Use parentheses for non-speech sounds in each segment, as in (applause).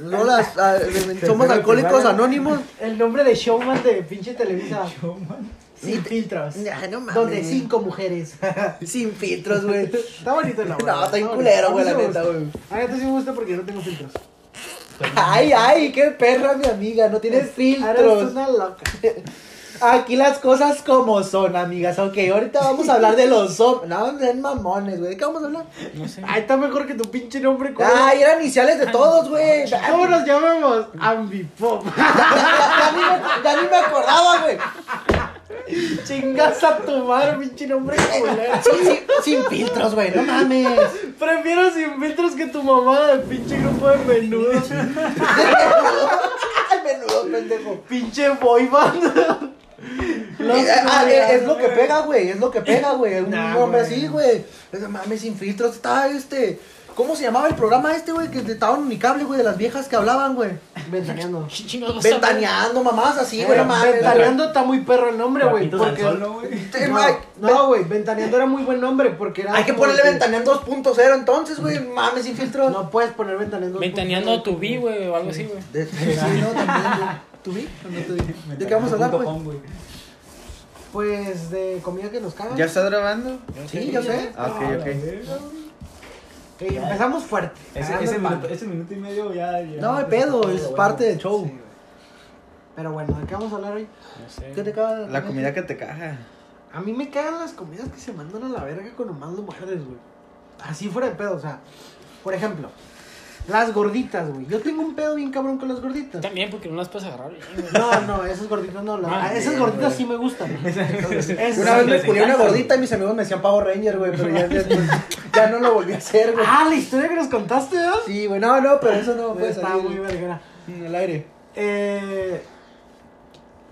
No las, ah, somos Tercero alcohólicos privada. anónimos. (laughs) El nombre de showman de pinche Televisa. Sin filtros. Ah, no mames. Donde cinco mujeres. Sin (laughs) filtros, (laughs) güey. Está bonito el No, está bien culero, güey, la neta, güey. La neta sí me gusta porque yo no tengo filtros. Ay, ay, qué perra mi amiga, no tiene Ahora Ah, eres filtros. una loca. Aquí las cosas como son, amigas. Ok, ahorita vamos a hablar de los hombres. No, no sean mamones, güey. ¿De qué vamos a hablar? No sé. Ahí está mejor que tu pinche nombre. culero. Ay, eran iniciales de todos, güey. Ya, ¿Cómo nos llamamos? Ambipop. ya ni me- ya ni me acordaba, güey. (laughs) Chingas a tu madre, pinche nombre culero. Sí, sí, sin filtros, güey. No mames. Prefiero sin filtros que tu mamá del pinche grupo de menudo. (laughs) (laughs) Ay, menudo pendejo. pinche boy band. Los Eh, ah, eh, coreanos, es lo que pega, güey. Es lo que pega, güey. Un Nah, hombre güey. así, güey. Es- No mames, sin filtros. Estaba este. ¿Cómo se llamaba el programa este, güey? Que estaba en unicable, güey, de las viejas que hablaban, güey. Ventaneando. Ventaneando, mamás así, güey. No mames. Eh, Ventaneando está muy perro el nombre, güey. Trapitos al Porque... sol, ¿no, güey? Este, No, güey, No, güey, Ventaneando era muy buen nombre porque era. Hay que como ponerle que- ventaneando 2.0 entonces, güey. Mames, sin filtros. No puedes poner Ventaneando. Ventaneando tu vi, güey, o algo así, güey. De- sí, no, también. güey. ¿Tú vi? ¿De qué vamos a hablar, güey? Punto com, güey? Pues de comida que nos cagan. ¿Ya estás grabando? Sí, ya sé. Ah, ok, ok. Ok, empezamos fuerte. Ese, cagando ese, el palo. minuto, ese minuto y medio ya. ya No, de pedo, es parte del show. Pero bueno, ¿de qué vamos a hablar hoy? No sé. ¿Qué te caga? La comida que te caja. A mí me cagan las comidas que se mandan a la verga con nomás lo muerdes, güey. Así fuera de pedo, o sea. Por ejemplo, las gorditas, güey. Yo tengo un pedo bien cabrón con las gorditas. También porque no las puedes agarrar bien, güey. No, no, esas gorditas no. la- Ah, esas bien, gorditas güey. sí me gustan. Esas Una sí vez me- me culé una gordita y mis amigos me decían pavo ranger, güey, pero ya, ya, ya no lo volví a hacer, güey. Ah, la historia que nos contaste, ¿verdad? Sí, güey, no, no, pero eso no pues, puede Está muy salir vergara. en el aire. Eh,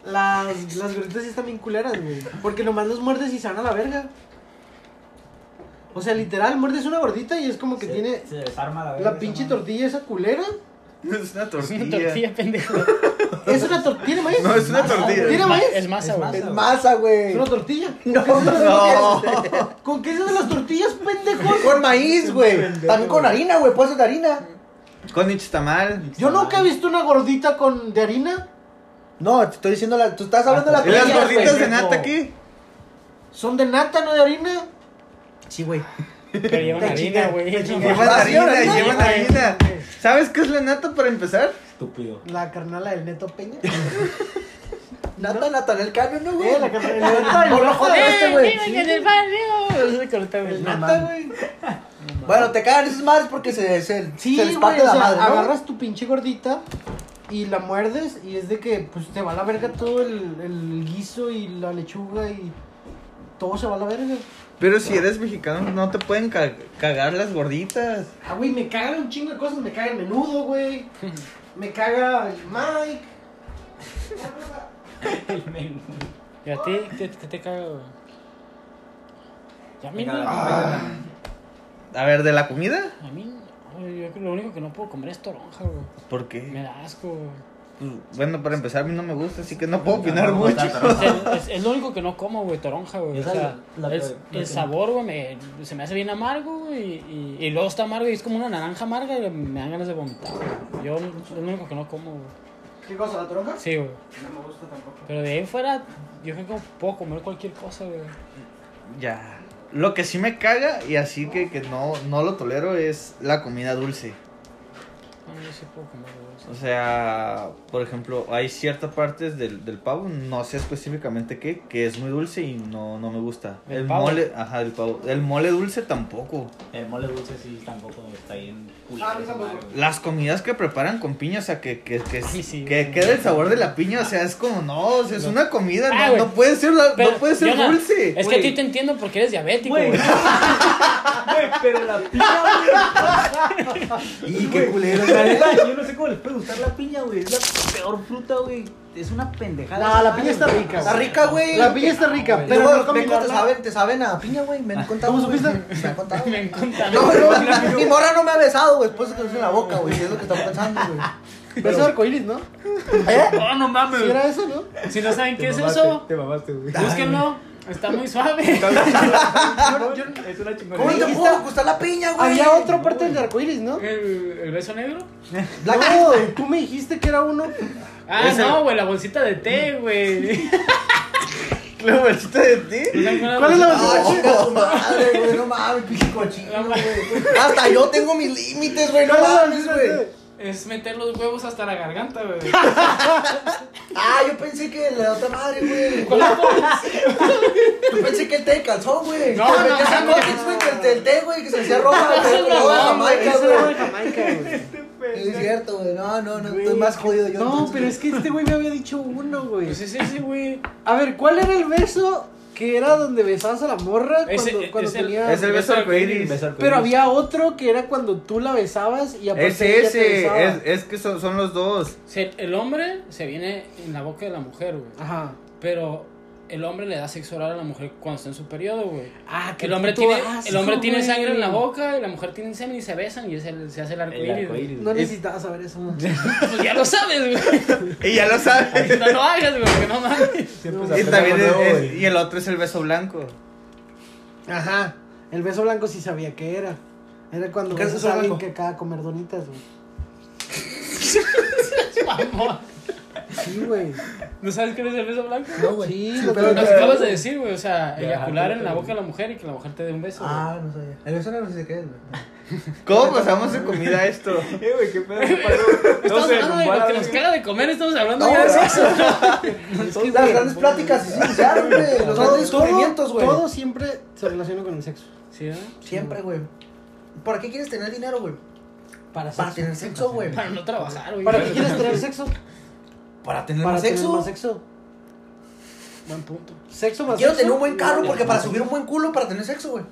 las, las gorditas sí están bien culeras, güey. Porque nomás los muerdes y se van a la verga. O sea, literal, muerdes una gordita y es como que tiene Se desarma la verga la esa pinche madre. tortilla esa culera. Es una (laughs) tortilla. Una (laughs) tortilla, pendejo. Es una tortilla, ¿tiene maíz? No, es una ¿Tiene tortilla. Ma- maíz? Es masa, Es güey. Es masa, güey. Es una tortilla. (laughs) No, ¿Con qué se hacen las no. tortillas? ¿Con qué se hacen las tortillas, pendejo? Con maíz, güey. También con harina, güey, puedes hacer de harina. Con nixtamal. Yo nunca he visto una gordita con de harina. No, te estoy diciendo la. Tú Ah, estás hablando de la ¿Y las tortilla, güey. gorditas de nata aquí? Son de nata, no de harina. Sí, güey. Pero llevan Te chingas, harina, güey. te chingas. Llevan Ah, sí, harina, harina, llevan güey. harina. ¿Sabes qué es la nata para empezar? (laughs) Estúpido. La carnala del Neto Peña. Nata, Natanel Cano, ¿no, güey? Eh, la carnala del Neto. el Por lo rojo joder, de- este, Eh, güey. venga, en el barrio. Eso es correcto, güey. El No, nata, mames. güey. Bueno, te cagan esas madres porque se, se, Sí, se les güey, parte o la sea, madre, ¿no? agarras tu pinche gordita y la muerdes y es de que pues te va a la verga todo el, el guiso y la lechuga y todo se va a la verga. Pero si eres mexicano, no te pueden ca- cagar las gorditas. Ah, güey, me cagan un chingo de cosas, me caga el menudo, güey. Me caga el Mike. El menú. ¿Y a ti? ¿Qué, qué te caga, güey? ¿Y a mí, güey? A ver, ¿de la comida? A mí, ay, yo creo que lo único que no puedo comer es toronja, güey. ¿Por Me qué? da asco, güey. Pues, Bueno, para empezar, a mí no me gusta, así que no puedo opinar No, no, mucho. no, no, no. Es, es- es lo único que no como, güey, toronja, güey. O Esa sea, es la- la es- que- la que el no. sabor, güey, me- se me hace bien amargo, güey. Y, y luego está amargo y es como una naranja amarga y me dan ganas de vomitar, güey. Yo es lo único que no como, güey. ¿Qué cosa, la tronca? Sí, güey. No me gusta tampoco. Pero de ahí en fuera, yo creo que puedo comer cualquier cosa, güey. (laughs) Ya. Lo que sí me caga y así que, que no, no lo tolero es la comida dulce. No, yo sí puedo comer, güey. O sea, por ejemplo, hay ciertas partes del, del pavo, no sé específicamente qué, que es muy dulce y no, no me gusta. ¿Del el pavo? mole, ajá, el pavo. El mole dulce tampoco. El mole dulce sí tampoco está bien Ah, a mí esa tampoco. madre, güey. Las comidas que preparan con piña, o sea, que, que, que, Ay, sí, que güey. queda el sabor de la piña, o sea, es como, no, o sea, es una comida, Ah, no, güey. no puede ser, la- Pero, no puede ser Jonah, dulce. Es que a ti te entiendo porque eres diabético, Güey, güey. Güey, pero la piña, Y qué culero, güey. La güey. neta, yo no sé cómo les puede gustar la piña, güey. Es la peor fruta, güey. Es una pendejada. No, esa la madre, piña está güey. rica. Está rica, güey. La piña está rica, Pero pero los no mecos te combinarla. saben, te saben a piña, güey. Me han contado. Ah, ¿Cómo güey. supiste? Me han contado. (laughs) Me encanta. No, no, mi morra no me ha besado, güey. Después se conoce en la boca, güey. Es lo que estamos pensando, güey. Pero es arcoíris, ¿no? ¿Eh? no mames. Sí era eso, ¿no? Si no saben qué es mamaste, eso, Te mamaste, güey. búsquenlo. Está muy suave. Es una ¿Cómo chingonería. te puedo gustar la piña, güey? Había otra parte del arcoíris, ¿no? ¿El, (laughs) el beso negro? No, tú me dijiste que era uno. Ah, Esa- no, güey, la bolsita de té, güey. La bolsita de ti. ¿Cuál es la bolsita? No, no madre, güey, no mames, pinche cochino, güey. Hasta yo tengo mis límites, güey, no ¿Cuál es la mames, bolsita güey. de- Es meter los huevos hasta la garganta, güey. Ah, yo pensé que la otra madre, güey. ¿Cuál es tu- Yo pensé que el té de calzón, güey. No, Me no, quedé no, con el güey, que el del té, güey, que se hacía roja, (laughs) Eso que es el de mamón, Jamaica, Ese era de güey. Jamaica, güey. Sí, Es cierto, güey. No, no, no, estoy Güey. más jodido yo. No, entonces, pero es que este güey me había dicho uno, güey. Pues es ese, güey. A ver, ¿cuál era el beso que era donde besabas a la morra cuando, Ese- es cuando el- tenía... Es el beso arcoíris. Pero había otro que era cuando tú la besabas y aparte Ese, ella te besaba. ese. Es, es que son, son los dos. Se- el hombre se viene en la boca de la mujer, güey. Ah, Ajá. Pero el hombre le da sexo oral a la mujer cuando está en su periodo, güey. Ah, El hombre, tiene, el hombre tiene sangre en la boca y la mujer tiene semen y se besan y es el- se hace el arco iris. No necesitaba saber (laughs) eso. Pues ya lo sabes, güey. (laughs) Y ya lo sabes. No lo hagas, güey, porque no mames. No. Y también es- nuevo, es- güey. y el otro es el beso blanco. Ajá. El beso blanco sí sabía que era. Era cuando ¿Qué es besas beso a alguien blanco? que acaba de comer donitas, güey. Mamón. Sí, güey. ¿No sabes qué es el beso blanco? No, güey. Sí, Sí, lo pero- Lo que acabas de decir, güey, o sea, Ya, eyacular en pero- la boca de la mujer y que la mujer te dé un beso. güey. Ah, no sabía. El beso no sé qué es, güey. ¿Cómo pasamos de comida a esto? Eh, güey, qué pedo. qué pasó. Estamos No sé, hablando de rumbo a lo la que nos verga. caga de comer, estamos hablando No, ya de güey. sexo. Las grandes pláticas sí se iniciaron, güey. Los Todo- grandes descubrimientos, güey. Todo siempre se relaciona con el sexo. Sí, ¿verdad? Siempre, güey. ¿Para qué quieres tener dinero, güey? Para Para sexo. tener sexo, güey. Para no trabajar, güey. ¿Para qué quieres tener sexo? Para tener Para más tener sexo? más sexo. Buen punto. Sexo más Quiero sexo. tener un buen carro No, porque no, para no. subir un buen culo para tener sexo, güey.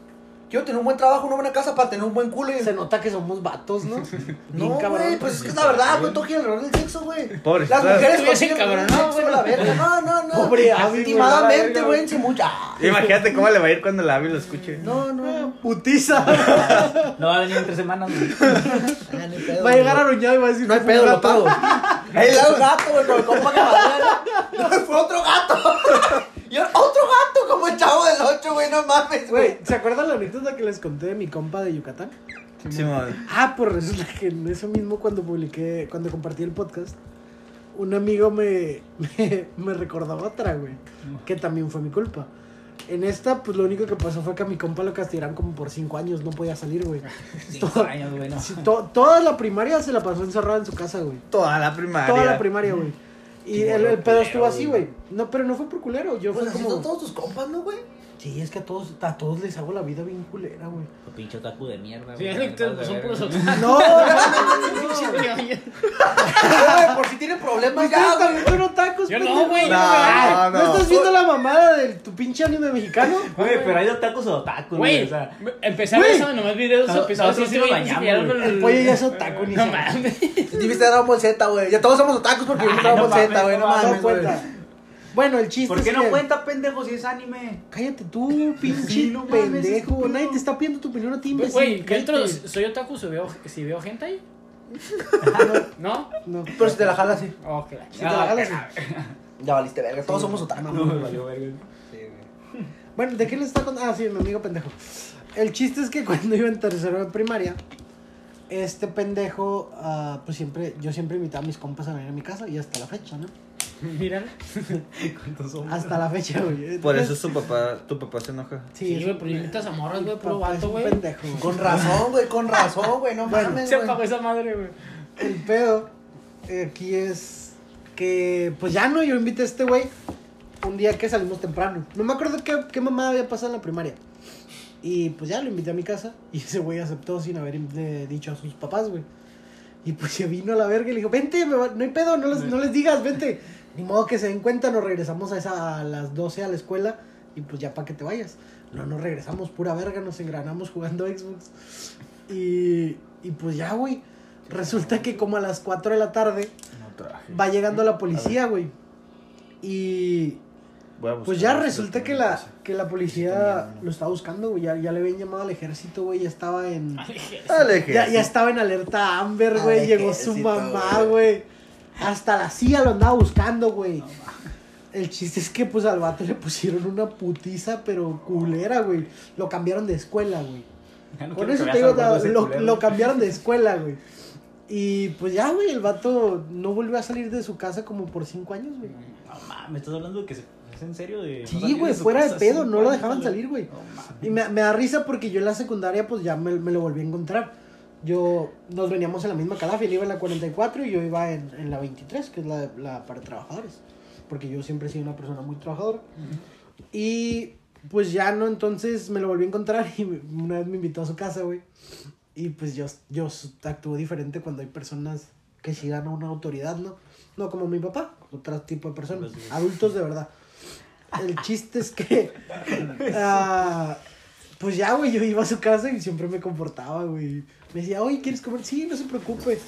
Quiero tener un buen trabajo, una buena casa para tener un buen culo y... Se nota que somos vatos, (laughs) ¿no? Bien No, cabrón. güey, pues es que es la verdad, güey, todo gira alrededor del sexo, güey. Pobre, Las claro. mujeres Tú ya se consiguen tener encabronó, sexo, güey. la verga. No, no, no. Pobre Abby, güey, Íntimamente, la güey, verga, sin mucha... Imagínate cómo le va a ir cuando la Abby lo escuche. No, no, Putiza. No va a venir en tres semanas, güey. no. Va a llegar aruñado y va a decir... No hay "Fue un pedo, lo gato". pago. Ahí le da un gato, güey, con el compa que madreara. No, fue otro gato. (laughs) Y ahora otro gato, como el chavo del 8, güey, no mames, güey. (laughs) Güey, ¿se acuerdan la anécdota que les conté de mi compa de Yucatán? Simón. Ah, pues resulta (laughs) que en eso mismo cuando publiqué, cuando compartí el podcast, un amigo me, (laughs) me, me recordaba otra, güey, que también fue mi culpa. En esta, pues lo único que pasó fue que a mi compa lo castigaron como por cinco años, no podía salir, Pues güey. Cinco años, güey, no. Sí, to- toda la primaria se la pasó encerrada en su casa, güey. Toda la primaria. Toda la primaria, güey. Y el, el pedo estuvo así, güey. No, pero no fue por culero, yo Pues fue así como... son todos tus compas, ¿no, (laughs) güey? Sí, es que a todos, a todos les hago la vida bien culera, güey. Pinche otaku de mierda, Sí, güey. es lo que te- pues, son (laughs) puros Ah, No, (laughs) Güey, por si tienen problemas ya, Ustedes güey. también fueron tacos, Yo no, pendejo. güey, yo no, Ay, no. ¿No estás viendo la mamada de tu pinche anime (laughs) mexicano? Güey, pero hay otakus o otakus, Güey, güey. O sea, empecé a ver güey. eso, nomás vi dos No, episodios. nosotros y sí nos güey, bañamos, sí, algo- El pollo ya es otaku, ni (laughs) No se- mames. Viste Dragon Ball Z, güey. Ya todos somos otakus porque vimos Ay, Dragon no Ball Z, mames, güey. No no mames, No güey. cuenta. Bueno, el chiste ¿por qué es no que- cuenta, pendejo, si es anime? Cállate tú, pinche Sí, no mames, pendejo. estúpido. Nadie te está pidiendo tu opinión a ti, imbécil. Güey, yo Cállate. entro, soy otaku si veo, si veo gente ahí. ¿No? No. Ah, Pero si te la jalas, sí. Oh, que la Si te la jalas, sí. Ya valiste verga. Todos somos otakus. No, güey. valió verga. Bueno, ¿de qué les está contando? Ah, sí, mi amigo pendejo. El chiste es que (laughs) cuando iba en tercero de primaria, este pendejo, ah, pues siempre, yo siempre invitaba a mis compas a venir a mi casa y hasta la fecha, ¿no? Mira. ¿Cuántos son? Hasta la fecha, güey. Por eso su papá, tu papá se enoja. Sí, es güey, un- pero invitas a morras, güey, puro papá es vato, un güey. pendejo, güey. Con razón, güey. Con razón, güey. No mames, Se apagó güey. esa madre, güey. El pedo eh, aquí es que, pues ya no, yo invité a este güey un día que salimos temprano. No me acuerdo qué, qué mamada había pasado en la primaria. Y pues ya lo invité a mi casa y (laughs) ese güey aceptó sin haber eh, dicho a sus papás, güey. Y pues se vino a la verga y le dijo, vente, me va- no hay pedo, no les, no les digas, vente. Ni modo que se den cuenta, nos regresamos a, esa, a las 12 a la escuela y pues ya para que te vayas. No, nos regresamos, pura verga, nos engranamos jugando Xbox. Y, y pues ya, güey. Resulta que como a las 4 de la tarde No traje. va llegando la policía, güey. Y pues ya resulta que la, que la Tenía policía uno. lo estaba buscando, güey. Ya, ya le habían llamado al ejército, güey. Ya estaba en... Dale, Ya, ya estaba en alerta Amber, Al güey. Llegó su ejército, mamá, güey. Hasta la CIA lo andaba buscando, güey. El chiste es que pues al vato le pusieron una putiza, pero culera, güey. Lo cambiaron de escuela, güey. Ya no Con quiero eso que te veas digo, al gordo lo, ese lo, culero. cambiaron de escuela, güey. Y pues ya, güey, el vato no volvió a salir de su casa como por cinco años, güey. No mames, ¿me estás hablando de que se... es en serio? De no Sí, salir güey, su fuera de casa, pedo, sí, no lo güey, dejaban dale. salir, güey. No mames. Y me, me da risa porque yo en la secundaria, pues ya me, me lo volví a encontrar. Yo, nos veníamos en la misma calafia, él iba en la 44 y yo iba en, en la 23, que es la, la para trabajadores. Porque yo siempre he sido una persona muy trabajadora. Y pues ya no, entonces me lo volví a encontrar y me- una vez me invitó a su casa, güey. Y pues yo, yo actúo diferente cuando hay personas que sigan a una autoridad, ¿no? No como mi papá, otro tipo de personas, Pues, sí. adultos de verdad. El chiste es (laughs) que... ah, pues ya, güey, yo iba a su casa y siempre me comportaba, güey. Me decía, oye, ¿quieres comer? Sí, no se preocupe.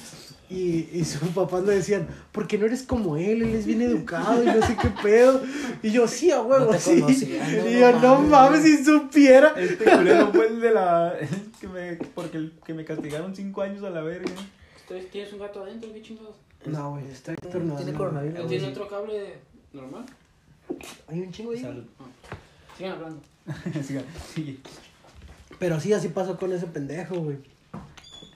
Y, y (laughs) sus papás le decían, ¿por qué no eres como él? Él es bien educado y no sé qué pedo. Y yo, sí, a huevo, No te sí. conocía, no, y yo, no no mames, mames, si supiera. (laughs) Este culero fue el de la. (laughs) el que me- porque el que me castigaron 5 años a la verga. Entonces tienes un gato adentro, qué chingados. No, güey, está Héctor, no, Tiene no. coronavirus. ¿Tiene otro cable normal? Hay un chingo de hilo. Salud. (laughs) Sigan hablando. Siga, sigue. Pero sí, así pasó con ese pendejo, güey.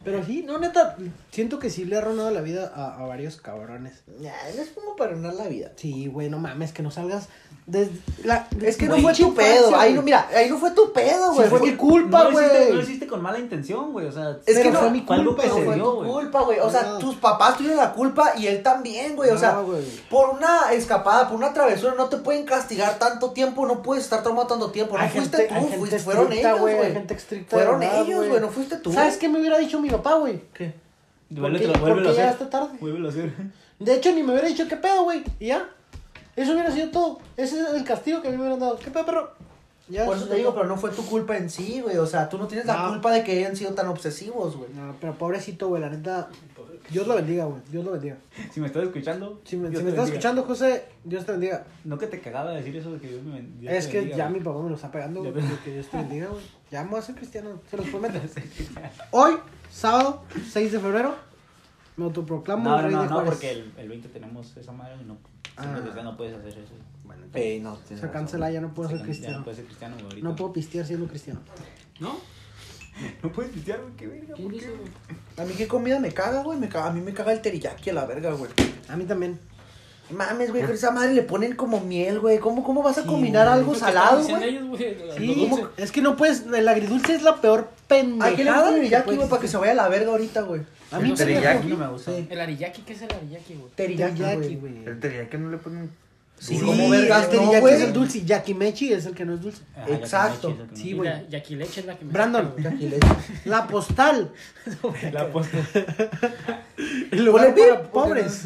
Pero sí, no, neta, siento que sí le ha arruinado la vida a, a varios cabrones. Nah, no es como para arruinar la vida. Sí, güey, no mames, que no salgas. desde la- Es que Güey, no fue tu infancia, pedo. Ahí güey. no, mira, ahí no fue tu pedo, Sí, güey. fue fue mi mi culpa, no, lo güey. hiciste, no lo hiciste con mala intención, güey. O sea, Es que pero no- fue mi fue algo culpa, que que No, se fue dio, tu güey. culpa, güey. O sea, No. tus papás tuvieron la culpa y él también, güey. O sea, No, güey. por una escapada, por una travesura, no te pueden castigar tanto tiempo, no puedes estar traumado tanto tiempo. No Hay fuiste gente- hay tú, gente fuiste, fueron estricta, ellos, güey, hay güey. gente estricta de Fueron verdad, ellos, güey. güey, no fuiste tú. ¿Sabes qué me hubiera dicho mi papá, güey? ¿Qué? ¿Por Vuélvelo qué, vuélvelo por qué a ya hacer. está tarde? Vuélvelo a hacer. (laughs) De hecho, ni me hubiera dicho qué pedo, güey. Y ya. Eso hubiera sido todo. Ese es el castigo que a mí me hubieran dado. ¿Qué pedo, perro? Ya, Por eso te digo, pero no fue tu culpa en sí, güey. O sea, tú no tienes la No. culpa de que hayan sido tan obsesivos, güey. No, pero pobrecito, güey, la neta. Dios lo bendiga, güey. Dios lo bendiga. Si me estás escuchando. Si me, si Dios me estás te bendiga. escuchando, José, Dios te bendiga. No que te cagaba decir eso de que Dios me ben- Dios es te que bendiga, ya güey. mi papá me lo está pegando, Ya, güey. pero- Que Dios te bendiga, güey. Ya me voy a ser cristiano, se los prometo. Hoy, sábado, 6 de febrero, me autoproclamo No, no, rey no, de no, Juárez. porque el, el 20 tenemos esa madre y no. Ah. o sea, no puedes hacer eso. Ey, no, Se tienes sea, razón. cancela, ya no puedo O sea, ser ya cristiano. No puedes ser cristiano, güey. ahorita. No puedo pistear siendo cristiano. ¿No? (laughs) No puedes cristiano, güey. Qué verga. ¿Quién dice, güey? A mí qué comida me caga, güey. Me caga- a mí me caga el teriyaki a la verga, güey. A mí también. Mames, güey, pero esa madre le ponen como miel, güey. ¿Cómo, cómo vas a Sí, combinar güey. algo Pues, ¿qué salado, están güey? diciendo ellos, güey? Sí, Lo dulce. es que no puedes. El agridulce es la peor pendejada. ¿A qué le ponen que teriyaki, puede güey, para que existir. se vaya a la verga ahorita, güey? A mí El pendejo. teriyaki. No me gusta. Sí. El ariyaki, ¿qué es el ariyaki, güey? Teriyaki, güey. El teriyaki no le ponen. Sí, Sí, como el vergas, no, teriyaki güey. es el dulce. Yakimechi es el que no es dulce. Ah, Ajá, ya te Exacto. me eches, ya te me Sí, Y güey. la yaquileche es la que me. (laughs) Brandon. saca, güey. Aquí le- La postal. eches. (laughs) La puta, El lugar Ponle para pip, pobres.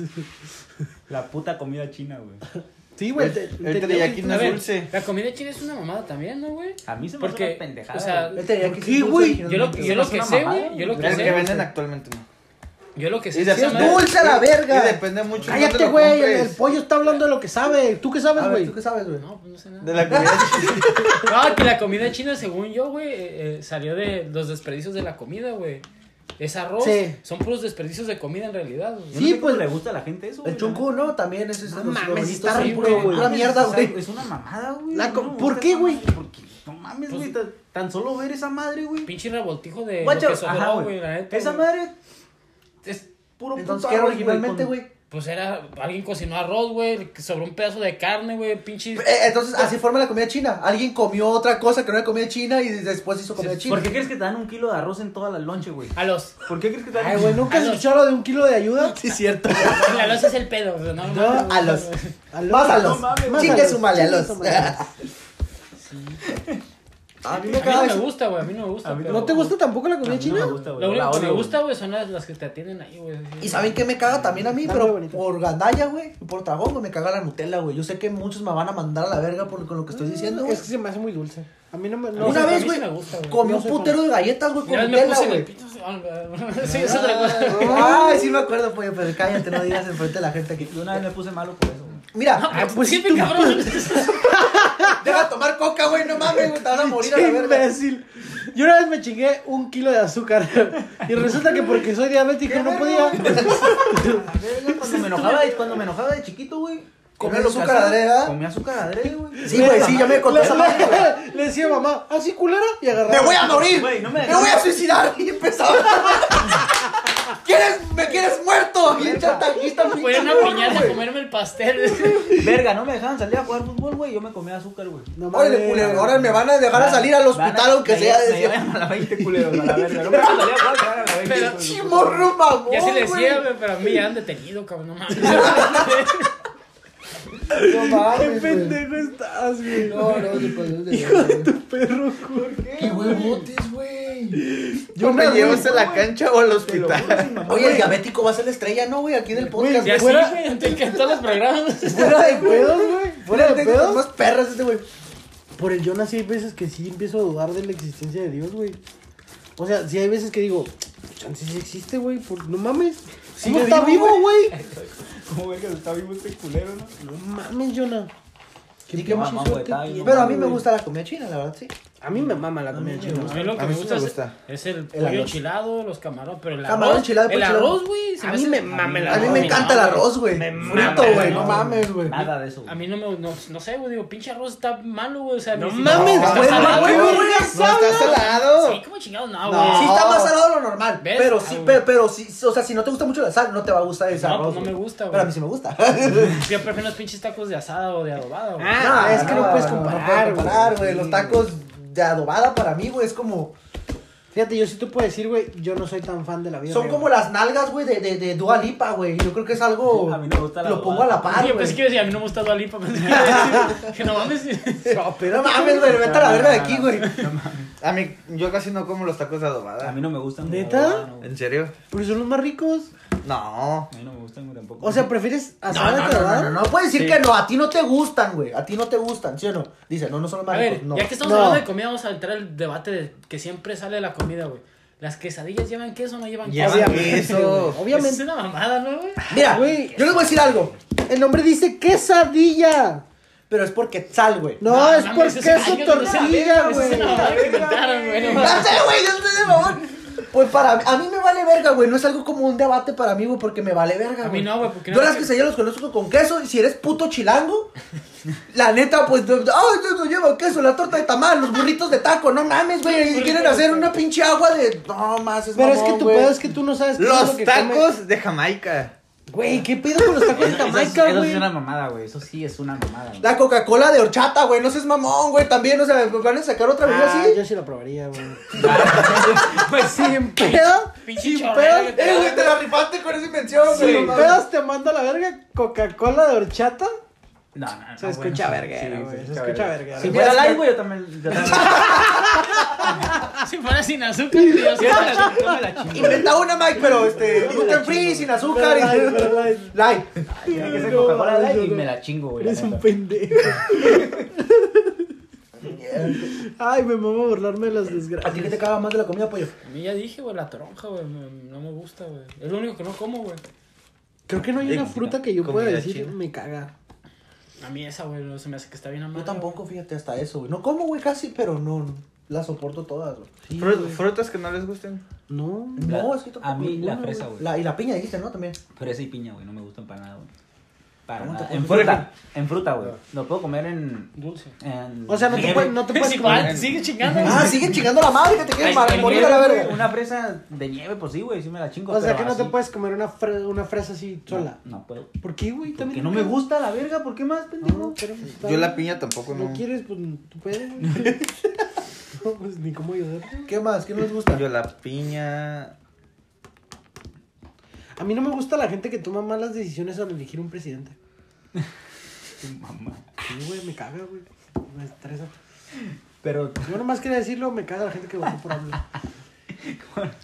la puta comida china, güey. Sí, güey. El- te- el teriyaki teriyaki es no A es ver, dulce. La comida china es una mamada también, ¿no, güey? A mí se me hace Porque, una pendejada. o sea, El teriyaki ¿Por qué, sí Este es dulce güey? originalmente, Yo lo, yo güey. lo es que una sé, mamada, güey. Yo lo que El que sé. venden actualmente no. Yo lo que Y sé. esa de hacer Es madre- dulce a la Y verga. depende mucho. de dónde Cállate, lo güey. El, compres. el pollo está hablando de lo que sabe. ¿Tú qué sabes, A ver, güey? ¿tú qué sabes, güey? No, pues no sé nada. (laughs) De la comida. No, que la comida china, según yo, güey, eh, eh, salió de los desperdicios de la comida, güey. Es arroz. Sí. Son puros desperdicios de comida en realidad, güey. Yo Sí, no sé cómo pues- le gusta a la gente eso. El güey, chunku, ¿no? También ese es No de los- mames, los está bonitos, rico, güey. güey. Pura mierda, O sea, güey. Es una mamada, güey. La co- me ¿por gusta qué, esa güey? madre, Porque no mames, güey. Tan, tan solo ver esa madre, güey. Pinche revoltijo de Guacha, Pues, eh, lo que sobró, ajá, güey, la neta, Esa güey. madre es puro Entonces, puto ¿qué era arroz, originalmente, con- güey? Pues era, alguien cocinó arroz, güey, que sobró un pedazo de carne, güey, pinche... Eh, Entonces, así forma la comida china. Alguien comió otra cosa que no era comida china y después hizo Pues, comida china. ¿Por qué crees que te dan un kilo de arroz en toda la lonche, güey? A los... ¿Por qué crees que te dan Ay, güey, ¿nunca has escuchado lo de un kilo de ayuda? Sí, es cierto. La losa es el pedo, güey, No, no, mames, a los. Aló. Pásalos. No mames, Chingue pásalos, su madre, a chingue los. su madre. (laughs) A mí A me mí no caga me eso. gusta, güey, a mí no me gusta. A mí pero- ¿No te gusta tampoco la A mí comida no china? me gusta, güey. Lo único La que me odio, gusta, güey, son las, las que te atienden ahí, güey. ¿Y saben qué me caga también a mí? Está muy Pero bonito. por gandalla, güey. y Por tragón, güey. Me caga la Nutella, güey. Yo sé que muchos me van a mandar a la verga por, con lo que estoy diciendo, güey. Mm, Es que se me hace muy dulce. A mí no me. no A mí sé. Una sí- a vez, mí sí güey, me gusta, güey. comí No un sé putero de galletas, güey, Ya con ves, me Nutella, puse en el güey. pito. Ah, güey, Sí, es otra cosa. (laughs) Ay, sí me acuerdo, pues. pollo, pero cállate, no digas enfrente de la gente aquí. Yo una vez me puse malo por eso, güey. Mira, Ah, pues siempre, cabrón. deja de tomar coca, güey, no mames, güey, te van a morir a la verga. imbécil. Yo una vez me chingué un kilo de azúcar. (laughs) Y resulta que porque soy diabético no podía. Cuando me enojaba de, cuando me enojaba de chiquito, güey, Comía En su azúcar casa, adrede, ¿ah? Comía azúcar adrede, güey. Sí, güey, sí, ya me conté esa madre, güey. (laughs) Le decía mamá, así culera y agarraba. ¡Me voy a morir! Güey, no me me, dejaron- voy a suicidar! Y empezaba. (laughs) ¿Quieres, ¿Me quieres muerto? Y el chantajista me Fue una piñata a comerme el pastel. Verga, no me dejaban salir a jugar fútbol, güey. Yo me comía azúcar, güey. No Órale, mames. culero, ahora me van a dejar a salir al hospital, aunque sea. de Me Decía, llevan a la 20, culeros, a la verga. No me dejaban salir a jugar, me llevan a la pues, 20. Pero hijo de su ¡Chimorro, mamón! (laughs) Y así le decía, güey. güey, pero a mí ya han detenido, cabrón. No mames. No (laughs) mames, Qué güey. pendejo estás, güey. No, no, te pues, pasas de Hijo de verga. tu perro, güey. ¡Qué huevotes, güey! Yo me Una llevas a güey, la cancha o al hospital. Oye, el diabético va a ser la estrella, ¿no, güey? Aquí del podcast. Y así, Fuera- güey, ante todos los programas. Fuera de pedos, güey. Fuera de tengo pedos. más perras este, güey. Por el Jonas sí hay veces que sí empiezo a dudar de la existencia de Dios, güey. O sea, sí hay veces que digo, chance sí existe, güey. por- No mames. Sí, no yo está digo, vivo, güey. ¿Cómo verga está vivo este culero, no? No mames, Jonas. Qué mamá, güey, está bien Pero a mí me gusta la comida china, la verdad, sí. A mí me mama la comida A china. mí lo que A mí me sí gusta, me es- gusta. es el pollo arroz. enchilado, los camarones, pero el arroz. Camarón enchilado, el pollo enchilado. arroz, güey. se A me mí hace- me mama el A mí arroz. me encanta el arroz, güey. mama, Frito, güey. No güey. mames, güey. Nada de eso, güey. A mí no me no, no sé, güey, digo, pinche arroz está malo, güey, o sea, No ni- mames, está güey, salado, güey, güey. güey. No estás salado. Sí, como chingado, no, güey. Sí Sí, está más salado de lo normal. ¿Ves? Pero Ah, sí, güey. pero, pero sí, o sea, si no te gusta mucho la sal, no te va a gustar ese No, arroz. pues no me gusta, güey. Pero a mí sí me gusta. Yo prefiero los pinches tacos de asada o de adobada, güey. Ah, es que no, puedes No puedes comparar, güey. comparar, güey. Los tacos de adobada para mí, güey, es como... Fíjate, yo sí te puedo decir, güey, yo no soy tan fan de la vida. Son real. como las nalgas, güey, de, de, de Dua Lipa, güey. Yo creo que es algo... A mí no me gusta la Lo adobada. pongo a la par, Sí, yo güey. pensé que iba a decir, a mí no me gusta Dua Lipa, pensé que iba a decir que no mames. No, Pero pero no mames, güey, vete a la verga de aquí, güey. A mí, yo casi no como los tacos de adobada. A mí no me gustan. güey, ¿Neta? la verdad, no, güey. ¿En serio? Porque son los más ricos. No. A mí no me gustan, güey, tampoco. O sea, prefieres No, asada Ah, no, que no, no, adobada? no, no, puedes decir Sí. que no, a ti no te gustan, güey. A ti no te gustan, ¿sí o no? Dice, no, no son los más A ricos, ver, no. ya que estamos No. hablando de comida, vamos a entrar al debate de que siempre sale de la comida, güey. ¿Las quesadillas llevan queso o no llevan queso? Llevan (laughs) queso. güey. Es Obviamente. una mamada, ¿no, güey? Mira, Güey. yo les voy a decir algo, El nombre dice quesadilla. pero es porque sal, güey. No, No, es por mames, eso- queso ay, yo no sé, tortilla, eso es una mamada güey. Ah, que inventaron, güey, no mames. Ya sé, güey, yo estoy de mamón. Pues para mí, a mí me vale verga, güey. No es algo como un debate para mí, güey, porque me vale verga, A mí no, güey, porque Yo no- las quesadillas los conozco con queso. Y si eres puto chilango, la neta, pues. no- Ay, no, no lleva queso, la torta de tamal, los burritos de taco. No mames, güey. Y quieren hacer una pinche agua de. No más, es Pero es que Pues, mamón, tu güey. pedo es que tú no sabes qué es lo Los que tacos comes. de Jamaica. Güey, ¿qué pedo con los tacos de Eso- Jamaica, Eso sí güey? es una mamada, güey. Eso sí es una mamada, güey. La Coca-Cola de horchata, güey. No seas mamón, güey. También, o sea, van a sacar otra vez Ah, así. yo sí la probaría, güey. Pues sin pedo, Pinche sin chorrera pedo, que Eh, te- güey, te la rifaste con esa invención, güey. sin No pedos te mando a la verga Coca-Cola de horchata. No, no, no. Se escucha güey. verguera, Sí, güey, se escucha escucha verguera. verguera. Sí, Si fuera mira, live, sí. güey, yo también. Yo también. Ah, Si fuera sin azúcar, yo (laughs) sí Yo me la- yo me la mames. chingo. Inventa una, Mike, pero este. Gluten free, sin azúcar. (laughs) Pero light, y- pero light. Light. Tiene que ser No, Coca-Cola yo live y no. me la chingo, güey. la Eres un neta. pendejo. (laughs) Ay, me mamo burlarme de las ¿A ti qué te desgracias. caga más de la comida, pollo? A mí ya dije, güey, la toronja, güey, me- no me gusta, güey. Es lo único que no como, güey. Creo que no hay una Eh, fruta que yo pueda comida decir china. me caga. A mí esa, güey, no se me hace que está bien amarga. Yo tampoco, fíjate, hasta eso, güey. No como, güey, casi, pero no. no. Las soporto todas, güey. Sí, Fru- güey. frutas que no les gusten. No. No, es que A mí la fresa, güey. güey. La- y la piña dijiste, ¿no? También. Fresa y piña, güey. No me gustan para nada, güey. Para ¿Cómo te nada. comes En fruta? fruta. En fruta, güey. Lo puedo comer en. Dulce. en- O sea, no te, nieve. puedes- no te Es puedes (laughs) igual, comer. sigue chingando. Ah, siguen chingando la madre que te quieren Ay, mal- sí, morir Nieve, a la güey, verga. Una fresa de nieve, pues sí, güey. Sí me la chingo. O sea pero que no te así- puedes comer una, fre- una fresa así sola. No, no puedo. ¿Por qué, güey? Que También no me gusta la verga. ¿Por qué más, pendejo? No, pero está Yo la bien. piña tampoco Si no. no quieres, pues tú puedes. (laughs) güey. no, pues ni cómo ayudarte. ¿Qué más? ¿Qué no les gusta? Yo la piña. A mí no me gusta la gente que toma malas decisiones al elegir un presidente. Mamá. Sí, güey, me caga, güey. Me estresa. Pero Yo nomás quería decirlo, me caga la gente que votó por AMLO.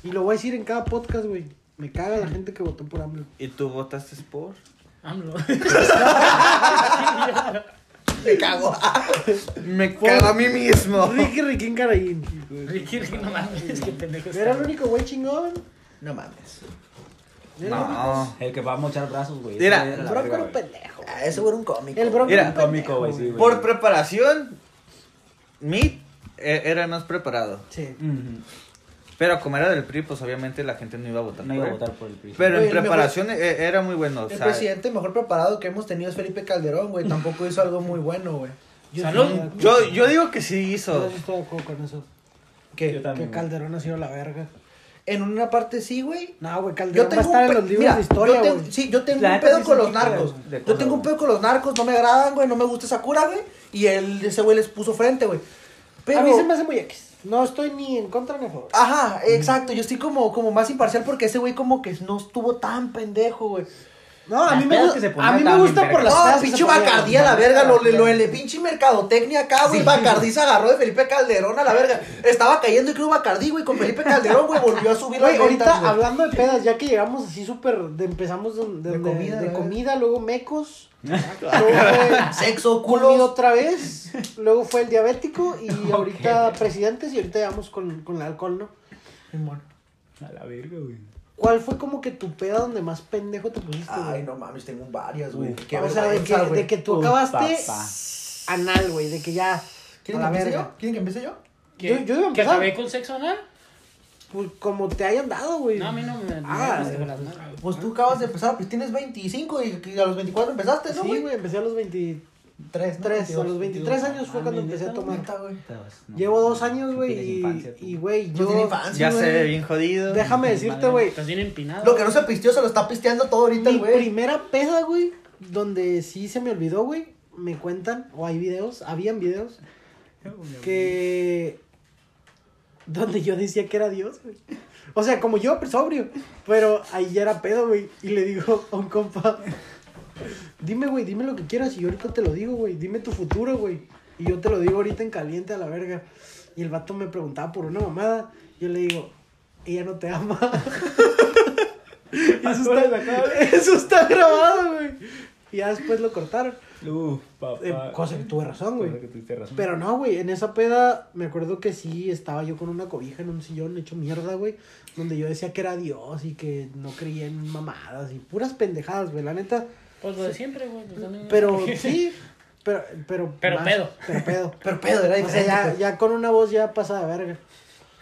Y lo voy a decir en cada podcast, güey. Me caga la gente que votó por AMLO. ¿Y tú votaste por? (laughs) AMLO. Me cago. Me cago a mí mismo. Ricky Riquín Carayín. Ricky, Ricky, no mames, qué pendejo Era está. el único güey chingón. No mames. Era el único. No. el que va a mochar brazos, güey. Mira, Ese era El la Bronco verga, era un güey. pendejo. Ah, eso era un cómico. El bronco Mira, era un cómico, pendejo, güey, sí, güey. Por preparación, Meat eh, era más e-, preparado. Sí. Ujú. Pero como era del PRI, pues obviamente la gente no iba a votar. No por iba a él. votar por el PRI. Pero Güey, el en mejor- preparación eh, era muy bueno. o El sea, presidente mejor preparado que hemos tenido es Felipe Calderón, güey. Tampoco hizo algo muy bueno, güey. Salud. Mm, yo, yo digo que sí Yo hizo. no estoy de acuerdo con eso. Que Que Calderón ha sido la verga. en una parte sí, güey. No, güey, Yo Calderón va a tengo estar un en pe- los libros mira, de historia, yo tengo- güey. Sí, yo tengo La un neta pedo sí con se los pica, narcos. güey, de Yo cosas, tengo un güey. pedo con los narcos, no me agradan, güey, no me gusta esa cura, güey. Y él, ese güey les puso frente, güey. Pero... A mí se me hace Mm. muy X. No estoy ni en contra ni a favor. Ajá, exacto. Yo estoy como, como más imparcial porque ese güey como que no estuvo tan pendejo, güey. No, a Las mí me, pedas gu- que se ponía a mí me estaban gusta bien por las vergas. No, pedas que se pinche ponían. Bacardí a la verga, lo, lo, el pinche mercadotecnia (laughs) acá, güey. Bacardí se agarró de Felipe Calderón a la verga. Estaba cayendo y creo Bacardí, güey, con Felipe Calderón, güey, volvió a subir Güey, las ahorita ventas, güey. hablando de pedas, ya que llegamos así súper, de- empezamos de, de- De de- comida, ¿eh? de ¿verdad? comida, luego mecos, (laughs) Ah, (laughs) luego Sexo, fue comida culo. otra vez, luego fue el diabético (laughs) y ahorita presidentes y ahorita llegamos con, con el alcohol, ¿no? A la verga, güey. ¿Cuál fue como que tu peda donde más pendejo te pusiste, Ay, güey? no mames, tengo varias, güey. Qué o sea, de que, vergüenza, güey. de que tú Uy, acabaste papá. anal, güey, de que ya... a ¿Quieren que la empiece verga. yo? ¿Quieren que empiece yo? Yo- yo iba a ¿Que empezar. acabé con sexo anal? Pues como te hayan dado, güey. No, a mí no me. Ah, me- me- me- me- me- Pues tú acabas de empezar, pues tienes 25 y, y a los 24 empezaste, ¿no, Sí, güey? güey, empecé a los 23, Tres, ¿no? a los 23 años fue Ah, cuando mi empecé a neta, tomar. Neta, güey. Llevo dos años, Tienes güey, infancia, y- tú. y, güey, No yo... tiene infancia, Ya Ah, güey. se ve bien jodido. (laughs) Déjame decirte, güey, Estás bien empinado. Lo que no se pisteó se lo está pisteando todo ahorita, mi güey. primera peda, güey, donde sí se me olvidó, güey, me cuentan, o hay videos, habían videos, que... Donde yo decía que era Dios, güey. O sea, como yo, pero sobrio. Pero ahí ya era pedo, güey. Y le digo a un compa, dime, güey, dime lo que quieras y yo ahorita te lo digo, güey. Dime tu futuro, güey. Y yo te lo digo ahorita en caliente a la verga. Y el vato me preguntaba por una mamada. Yo le digo, ella no te ama. Y (laughs) eso, está, eso está grabado, güey. Y ya después lo cortaron. Uf, papá. Eh, cosa que tuve razón, güey. Cosa que tuviste razón. Pero no, güey, en esa peda me acuerdo que sí estaba yo con una cobija en un sillón hecho mierda, güey, donde yo decía que era Dios y que no creía en mamadas y puras pendejadas, güey, la neta. Pues lo de siempre, güey. pues, también- (laughs) Pero sí, pero pero Pero pedo. pero (laughs) pedo. Pero pedo, era O sea, diferente. ya, pues. ya con una voz ya pasa de verga.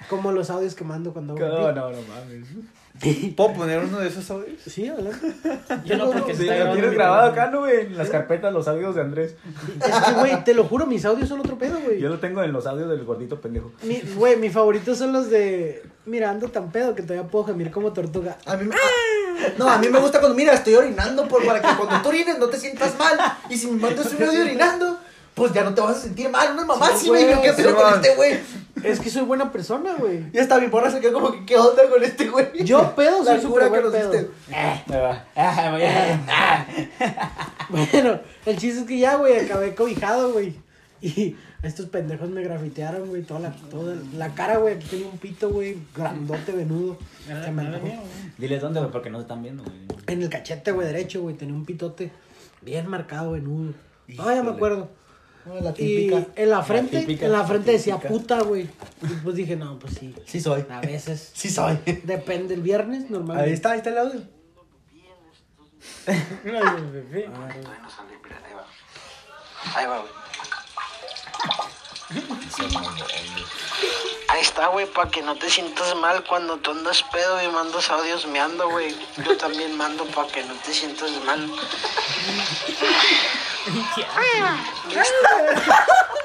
Como los audios que mando cuando hago No, pipí. no, no mames. ¿Puedo poner uno de esos audios? Sí, adelante. Yo no, porque se Sí, está lo grabando. tienes grabado acá, ¿no, güey? En las carpetas, los audios de Andrés. Es que güey, te lo juro, mis audios son otro pedo, güey. Yo lo tengo en los audios del gordito pendejo. Mi, güey, mis favoritos son los de Mira, ando tan pedo que todavía puedo gemir como tortuga. A mí me... No, a mí me gusta cuando, mira, estoy orinando por, para que cuando tú orines no te sientas mal. Y si me mandas un audio orinando, pues ya no te vas a sentir mal. No es mamá, Sí, sí, güey, güey, ¿qué pedo con Simón. este güey? Es que soy buena persona, güey. Y hasta mi porra se quedó como que, ¿qué onda con este güey? Yo pedo La soy súper cura que buen nos pedo. diste. (laughs) Ah, Eh, Bueno, el chiste es que ya, güey, acabé cobijado, güey. Y estos pendejos me grafitearon, güey, toda la, toda la cara, güey. Aquí tengo un pito, güey, grandote, venudo. Era- que me era antojó. mío, güey. Diles dónde, güey, porque no se están viendo, güey. En el cachete, güey, derecho, güey, tenía un pitote bien marcado, venudo. Ah, ya me acuerdo. No, Ah, la Y típica. en la frente, típica, en la la frente decía típica. puta, güey. Y pues dije, no, pues sí. Sí soy. A veces. (laughs) Sí soy. Depende, el viernes normalmente. Ahí está, ahí está el audio. Todavía no sale, mira, ahí va. Ahí va, güey. Ahí está, güey, para que no te sientas mal cuando tú andas pedo y mandas audios meando, güey. Yo también mando para que no te sientas mal.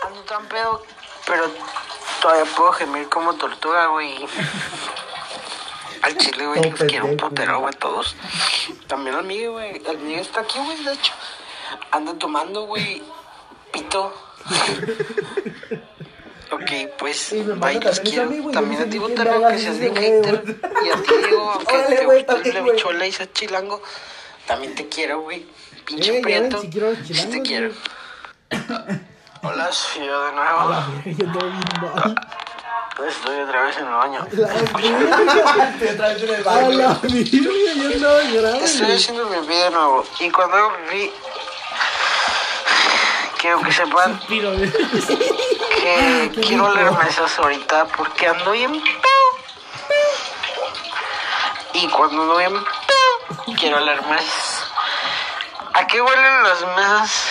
Ando tan pedo, pero todavía puedo gemir como tortuga, güey. Al chile, güey, los quiero un putero, güey, a todos. También al Miguel, güey. El Miguel está aquí, güey, de hecho. Anda tomando, güey, pito. ok, pues, Y me manda bye, también los eso a quiero. mí, güey, también yo no a ti, sé ni Gutero, quién que seas bien vergas es ese, hater. Y a ti, Diego, aunque Órale, te güey, guste la también, güey. bichuela y seas chilango, también te quiero, güey. Eh, ya Pinche ven, prieto, si quiero los sí te chilangos, quiero. güey. Hola, soy yo de nuevo. (laughs) Yo ando bien mal. Estoy otra vez en el baño. Estoy otra vez en el A baño. la virgen, yo andaba llorando. Estoy haciendo mi vida de nuevo. Y cuando hago pipí, quiero que sepan Pido, güey. que quiero oler mesas ahorita porque ando bien pedo. Y cuando ando bien pedo, quiero oler mesas. ¿A qué huelen las mesas?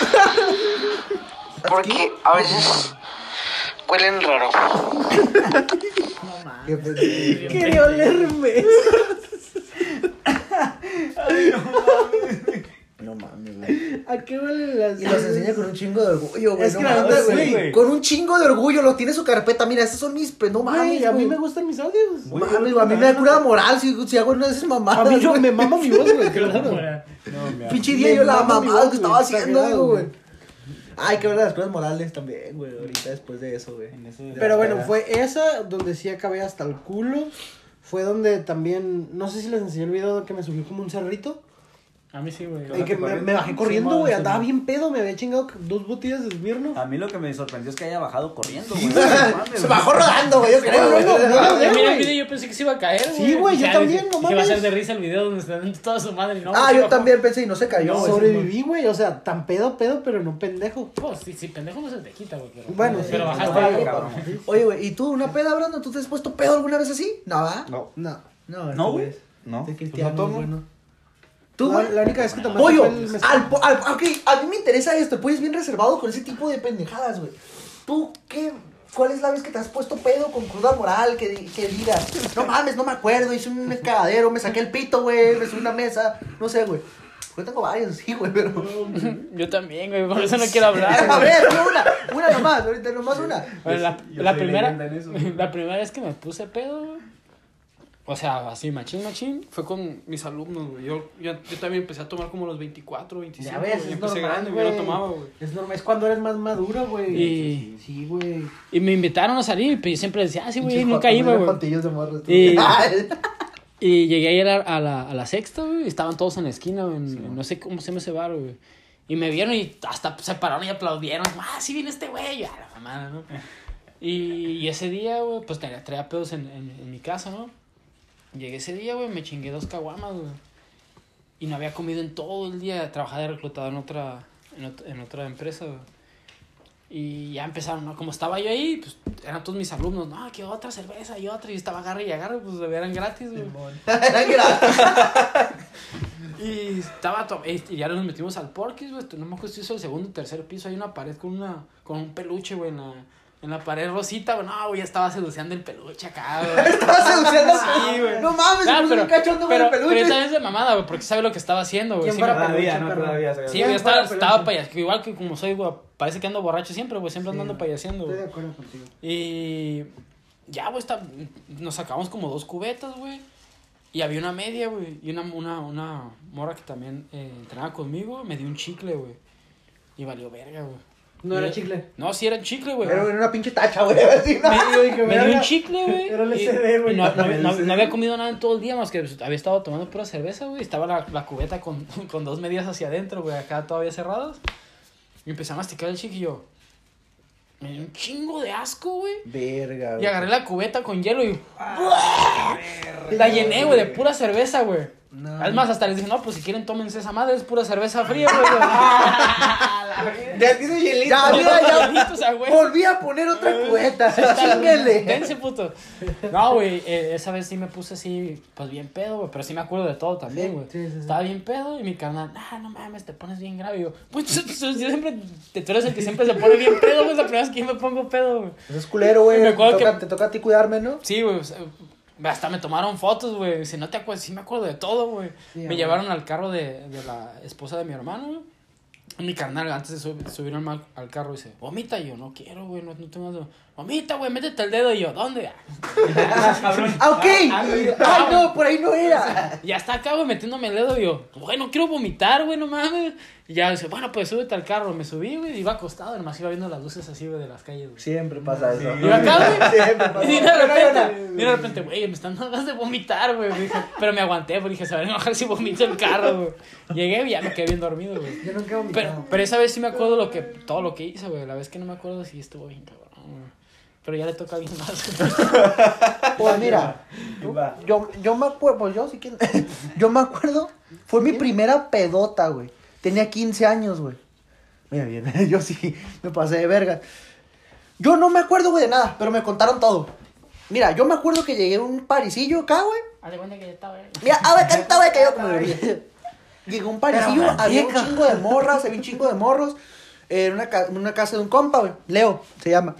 Porque a veces huelen raro. Qué pendejo. Quería olerme. No mames, güey. ¿A qué huelen las Y los enseña con un chingo de orgullo, güey. Es no que la neta, mames, güey, güey. Con un chingo de orgullo, lo tiene su carpeta. Mira, esos son mis. pe- No mames, Güey, a mí güey. me gustan mis audios. No mames, güey, a mí me da cura moral si, si hago una de esas A mamadas. mí yo güey. me mama mi voz, güey. te lo juro. No, me Pinche me día yo la mama mi mamada voz, que estaba güey, haciendo, exagerado, güey. güey. Ay, que ver las cosas morales también, güey. Ahorita después de eso, güey. Pero bueno, fue esa donde sí acabé hasta el culo. Fue donde también, no sé si les enseñé el video que me subí como un cerrito. A mí sí, güey. Y que me, me bajé corriendo, güey. Andaba bien pedo, me había chingado dos botellas de Smirnoff. A mí lo que me sorprendió es que haya bajado corriendo, güey. Se bajó rodando, güey, yo creo, güey. no, no, Yo miré el güey. video y yo pensé que se iba a caer, güey. Sí, güey, yo Dije, también, dije, no dije, va a ser mames. de risa el video donde está dando (laughs) toda su madre, ¿no? Ah, Sí, yo bajó. también pensé y no se cayó, No, güey. Sobreviví, güey. O sea, tan pedo, pedo, pero no pendejo. Pues sí, sí, pendejo no se te quita, güey. Pero, Bueno, pero sí, bajaste. no, güey. cabrón. Oye, güey, ¿y tú una peda, Brandon? ¿Tú te has puesto pedo alguna vez así? No, ¿verdad? No, No. No, No, este güey. no. Este Pues cristiano no es tomo. bueno. ¿Tú, La, güey? la única vez que tomaste Pollo, fue el mezcal. al, po- al- ok, a mí me interesa esto, pues bien reservado con ese tipo de pendejadas, güey. ¿Tú qué? ¿Cuál es la vez que te has puesto pedo con cruda moral? Que, di- que digas, no mames, no me acuerdo, hice un cagadero, me saqué el pito, güey, me subí una mesa, no sé, güey. Yo tengo varios, sí, güey, (laughs) pero... (laughs) Yo también, güey, por eso no quiero hablar. A güey. ver, no, una, una nomás, ahorita nomás una. Bueno, la, Yo la soy primera, leyenda en eso, güey. (laughs) la primera vez que me puse pedo, güey, o sea, así machín, machín, fue con mis alumnos, güey. Yo, yo, yo también empecé a tomar como a los 24, 25, Ya ves, güey. Yo es empecé normal, grande, güey, yo no güey. tomaba, güey. Es normal, es cuando eres más maduro, güey. Y- Sí, güey. Y me invitaron a salir, pero yo siempre decía, ah, sí, güey, nunca iba, güey. Patillos de morro, tú. (laughs) Y- Y llegué a ir a, a la, a la sexta, güey. y Estaban todos en la esquina, güey, en- en no sé cómo se llama ese bar, güey. Y me vieron y hasta se pararon y aplaudieron. Ah, sí viene este güey. Y yo, "A la mamada, ¿no? Y, y ese día, güey, pues tenía traía pedos en, en, en mi casa, ¿no? Llegué ese día, güey, me chingué dos caguamas, güey. Y no había comido en todo el día. Trabajaba de reclutador en otra, en, ot- en otra empresa, güey. Y ya empezaron, ¿no? Como estaba yo ahí, pues eran todos mis alumnos, no, que otra cerveza y otra. Y yo estaba agarre y agarre, pues eran gratis, güey. Era gratis. Y estaba to- eh, y ya nos metimos al Porky's, güey. No me acuerdo si es el segundo o tercer piso. Hay una pared con una con un peluche, güey, en la, en la pared rosita, güey. No, güey, ya estaba seduciendo el peluche acá, güey. Estaba seduciendo al- Sí, güey. No mames, Ah, me puse pero, un cachondo con el pero, pero peluche. esa es de mamada, güey, porque sabe lo que estaba haciendo, güey. ¿Quién Sí, fuera güey. Todavía, no, Peluche, perro. todavía. todavía. Sí, güey, ¿Quién yo estaba, fuera peluche? estaba payas- igual que como soy, güey, parece que ando borracho siempre, güey, siempre andando payaseando, Estoy güey. de acuerdo contigo. Y ya, güey, está- nos sacamos como dos cubetas, güey. Y había una media, güey. Y una, una, una morra que también eh, entrenaba conmigo, me dio un chicle, güey. Y valió verga, güey. No Y- era chicle. No, sí era un chicle, güey. Era una pinche tacha, güey. así, ¿no? Me, me dio un chicle, güey. Era el y- SD, güey. y No, no- no- (laughs) no había comido nada en todo el día, más que pues, había estado tomando pura cerveza, güey. Estaba la, la cubeta con, (laughs) con dos medias hacia adentro, güey, acá todavía cerradas. Y empecé a masticar el chicle y yo. Me dio un chingo de asco, güey. Verga, Y agarré la cubeta con hielo y. Ah, La llené, güey, de pura cerveza, güey. Es más, hasta les dije, no, pues si quieren, tómense esa madre, es pura cerveza fría, güey. (laughs) Ya tiene hielito. Ya, mira, ya. (laughs) O sea, güey. Volví a poner Ah, otra cubeta. Chíngale. Dense, puto. No, güey, eh, esa vez sí me puse así, pues bien pedo, güey, pero sí me acuerdo de todo también, güey. sí, sí, sí. Estaba bien pedo y mi carnal, ah, no mames, te pones bien grave. Y yo, pues (laughs) tú, tú- tú siempre, te- tú eres el que siempre se pone bien pedo, güey, es la primera vez que yo me pongo pedo, güey. Eso Pues es culero, güey. Me Te, acuerdo toca- que- te toca a ti cuidarme, ¿no? Sí, güey. o sea, Hasta me tomaron fotos, güey. Si no te acuerdas, sí me acuerdo de todo, güey. me güey. llevaron al carro de, de la esposa de mi hermano, güey. Mi carnal, antes de sub- subir al, ma- al carro, dice, vomita. Y yo, no quiero, güey, no, no tengo... Vomita, güey, métete el dedo. Y yo, ¿dónde? Ah, ok. Ay, no, por ahí no era. Ya está acá, güey, metiéndome el dedo. Y yo, güey, no quiero vomitar, güey, no mames. Y ya dice, bueno, pues súbete al carro. Me subí, güey, iba acostado. Nomás iba viendo las luces así, güey, de las calles, güey. Siempre pasa eso. Y yo (laughs) acá, güey. Siempre pasa. Y de repente, No, no, no. y de repente, güey, me están dando ganas de vomitar, güey. Dije, Pero me aguanté, porque dije, se van a enojar si vomito el carro, güey. Llegué y ya me quedé bien dormido, güey. Yo nunca vomitaba. Pero, pero esa vez sí me acuerdo lo que, todo lo que hice, güey. La vez que no me acuerdo si estuvo bien cabrón, güey. Pero ya le toca a alguien más. güey. Pues mira, yo, yo me acuerdo, pues yo sí que. (laughs) Yo me acuerdo, fue mi primera pedota, güey. Tenía 15 años, güey. Mira bien, (laughs) yo sí me pasé de verga. Yo no me acuerdo, güey, de nada, pero me contaron todo. Mira, yo me acuerdo que llegué a un parisillo acá, güey. (laughs) Haz de cuenta que ya estaba, güey. Mira, a ver, canta, güey, que yo como le- (laughs) Llegó un parecido, había un chingo de morras, había un chingo de morros. En una, ca- en una casa de un compa, güey. Leo, se llama.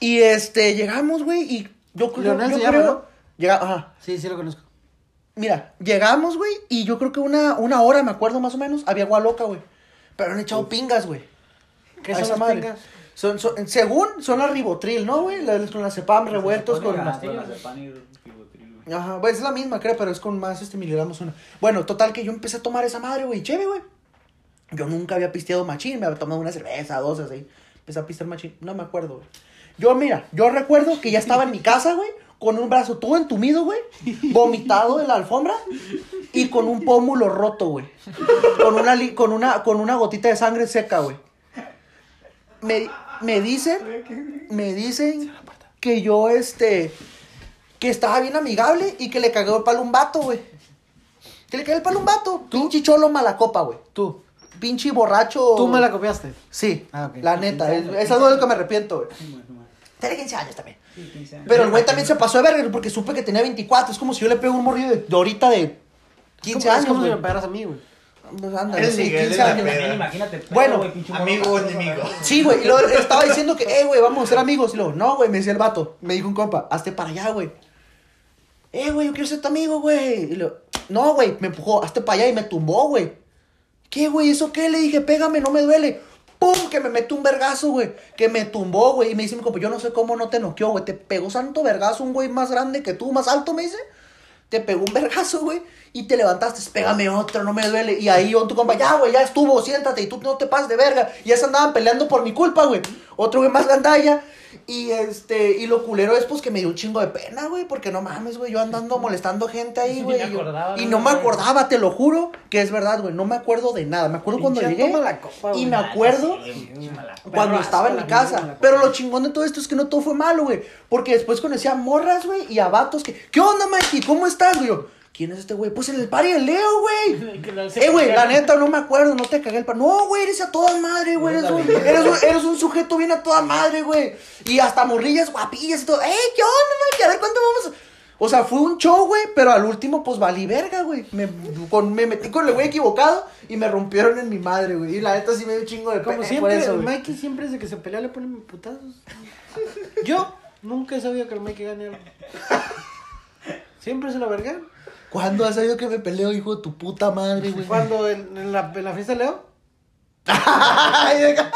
Y este, llegamos, güey, y Yo creo, Leonel yo se llama, creo- ¿no? llega- ajá. Sí, sí lo conozco. Mira, llegamos, güey, y yo creo que una, una hora, me acuerdo más o menos, había agua loca, güey. Pero han echado pingas, güey. ¿Qué a son esa las madre. pingas? Son, son- según son las ribotril, ¿no, güey? Las- Con las cepam revueltos con las las... telas de pan y ribotril, güey. Ajá, güey, es la misma, creo, pero es con más este miligramos una. Bueno, total que yo empecé a tomar esa madre, güey, chévere, güey. Yo nunca había pisteado machín, me había tomado una cerveza, dos, así. Empecé a pistear machín, no me acuerdo, güey. Yo, mira, yo recuerdo que ya estaba en mi casa, güey, con un brazo todo entumido, güey, vomitado de la alfombra y con un pómulo roto, güey. Con una, li- con una, con una gotita de sangre seca, güey. Me, me dicen, me dicen que yo, este, que estaba bien amigable y que le cagó el palo a un vato, güey. Que le cagó el palo a un vato. Pinche cholo malacopa, güey. Tú. Pinche borracho. Tú me la copiaste. Sí, Ah, ok. la neta. Es, es algo de lo que me arrepiento, güey. Tiene 15 años también. Pero el güey también se pasó de verga güey, porque supe que tenía 24. Es como si yo le pego un morrillo de, de ahorita de 15 Es años, como si güey. me pegaras a mí, güey. Pues ándale, Eres sí, Miguel de 15 la años. peda. También imagínate, pedo, Bueno, güey, pinche Amigo o morro, enemigo. Sí, güey, y (laughs) luego estaba diciendo que, eh, güey, vamos a ser amigos. Y luego, no, güey, me decía el vato. Me dijo un compa, hazte para allá, güey. Eh, güey, yo quiero ser tu amigo, güey. Y luego, no, güey, me empujó, hazte para allá y me tumbó, güey. ¿Qué, güey? ¿Eso qué? Le dije, pégame, no me duele. ¡Pum! Que me mete un vergazo, güey. Que me tumbó, güey. Y me dice mi compa, yo no sé cómo no te noqueó, güey. Te pegó santo vergazo un güey más grande que tú, más alto, me dice. Te pegó un vergazo, güey. Y te levantaste, pégame otro, no me duele. Y ahí yo, tu compa, ya, güey, ya estuvo, siéntate. Y tú no te pases de verga. Y ya se andaban peleando por mi culpa, güey. Otro güey más gandalla. Y este, y lo culero es pues que me dio un chingo de pena, güey. Porque no mames, güey. Yo andando molestando gente ahí, Ni güey. me y yo- acordaba, y no no me mames. acordaba, te lo juro, que es verdad, güey. No me acuerdo de nada. Me acuerdo cuando Pinche llegué. toma la copa, güey. Y me acuerdo cuando estaba en mi casa. Pero lo chingón de todo esto es que no todo fue malo, güey. Porque después conocí a morras, güey, y a vatos que. ¿Qué onda, Mikey? ¿Cómo estás, güey? Yo, ¿Quién es este güey? Pues en el party de (laughs) Leo, güey. Eh, güey, la neta, no me acuerdo, no te cagué el par. No, güey, eres a toda madre, güey. Eres un, eres, un, eres un sujeto bien a toda madre, güey. Y hasta morrillas guapillas y todo. ¡Eh, qué onda, güey! A ver cuándo vamos a. O sea, fue un show, güey, pero al último, pues valí verga, güey. Me, con- me metí con el güey equivocado y me rompieron en mi madre, güey. Y la neta sí me dio un chingo de Como pena siempre, por eso, el güey. Mikey siempre desde que se pelea le ponen (laughs) putazos. Yo nunca he sabido que el Mikey gane (laughs) algo. Siempre se la verga. ¿Cuándo has sabido que me peleo, hijo de tu puta madre, (laughs) güey? Cuando en, en la, en la fiesta de Leo, Ay, venga.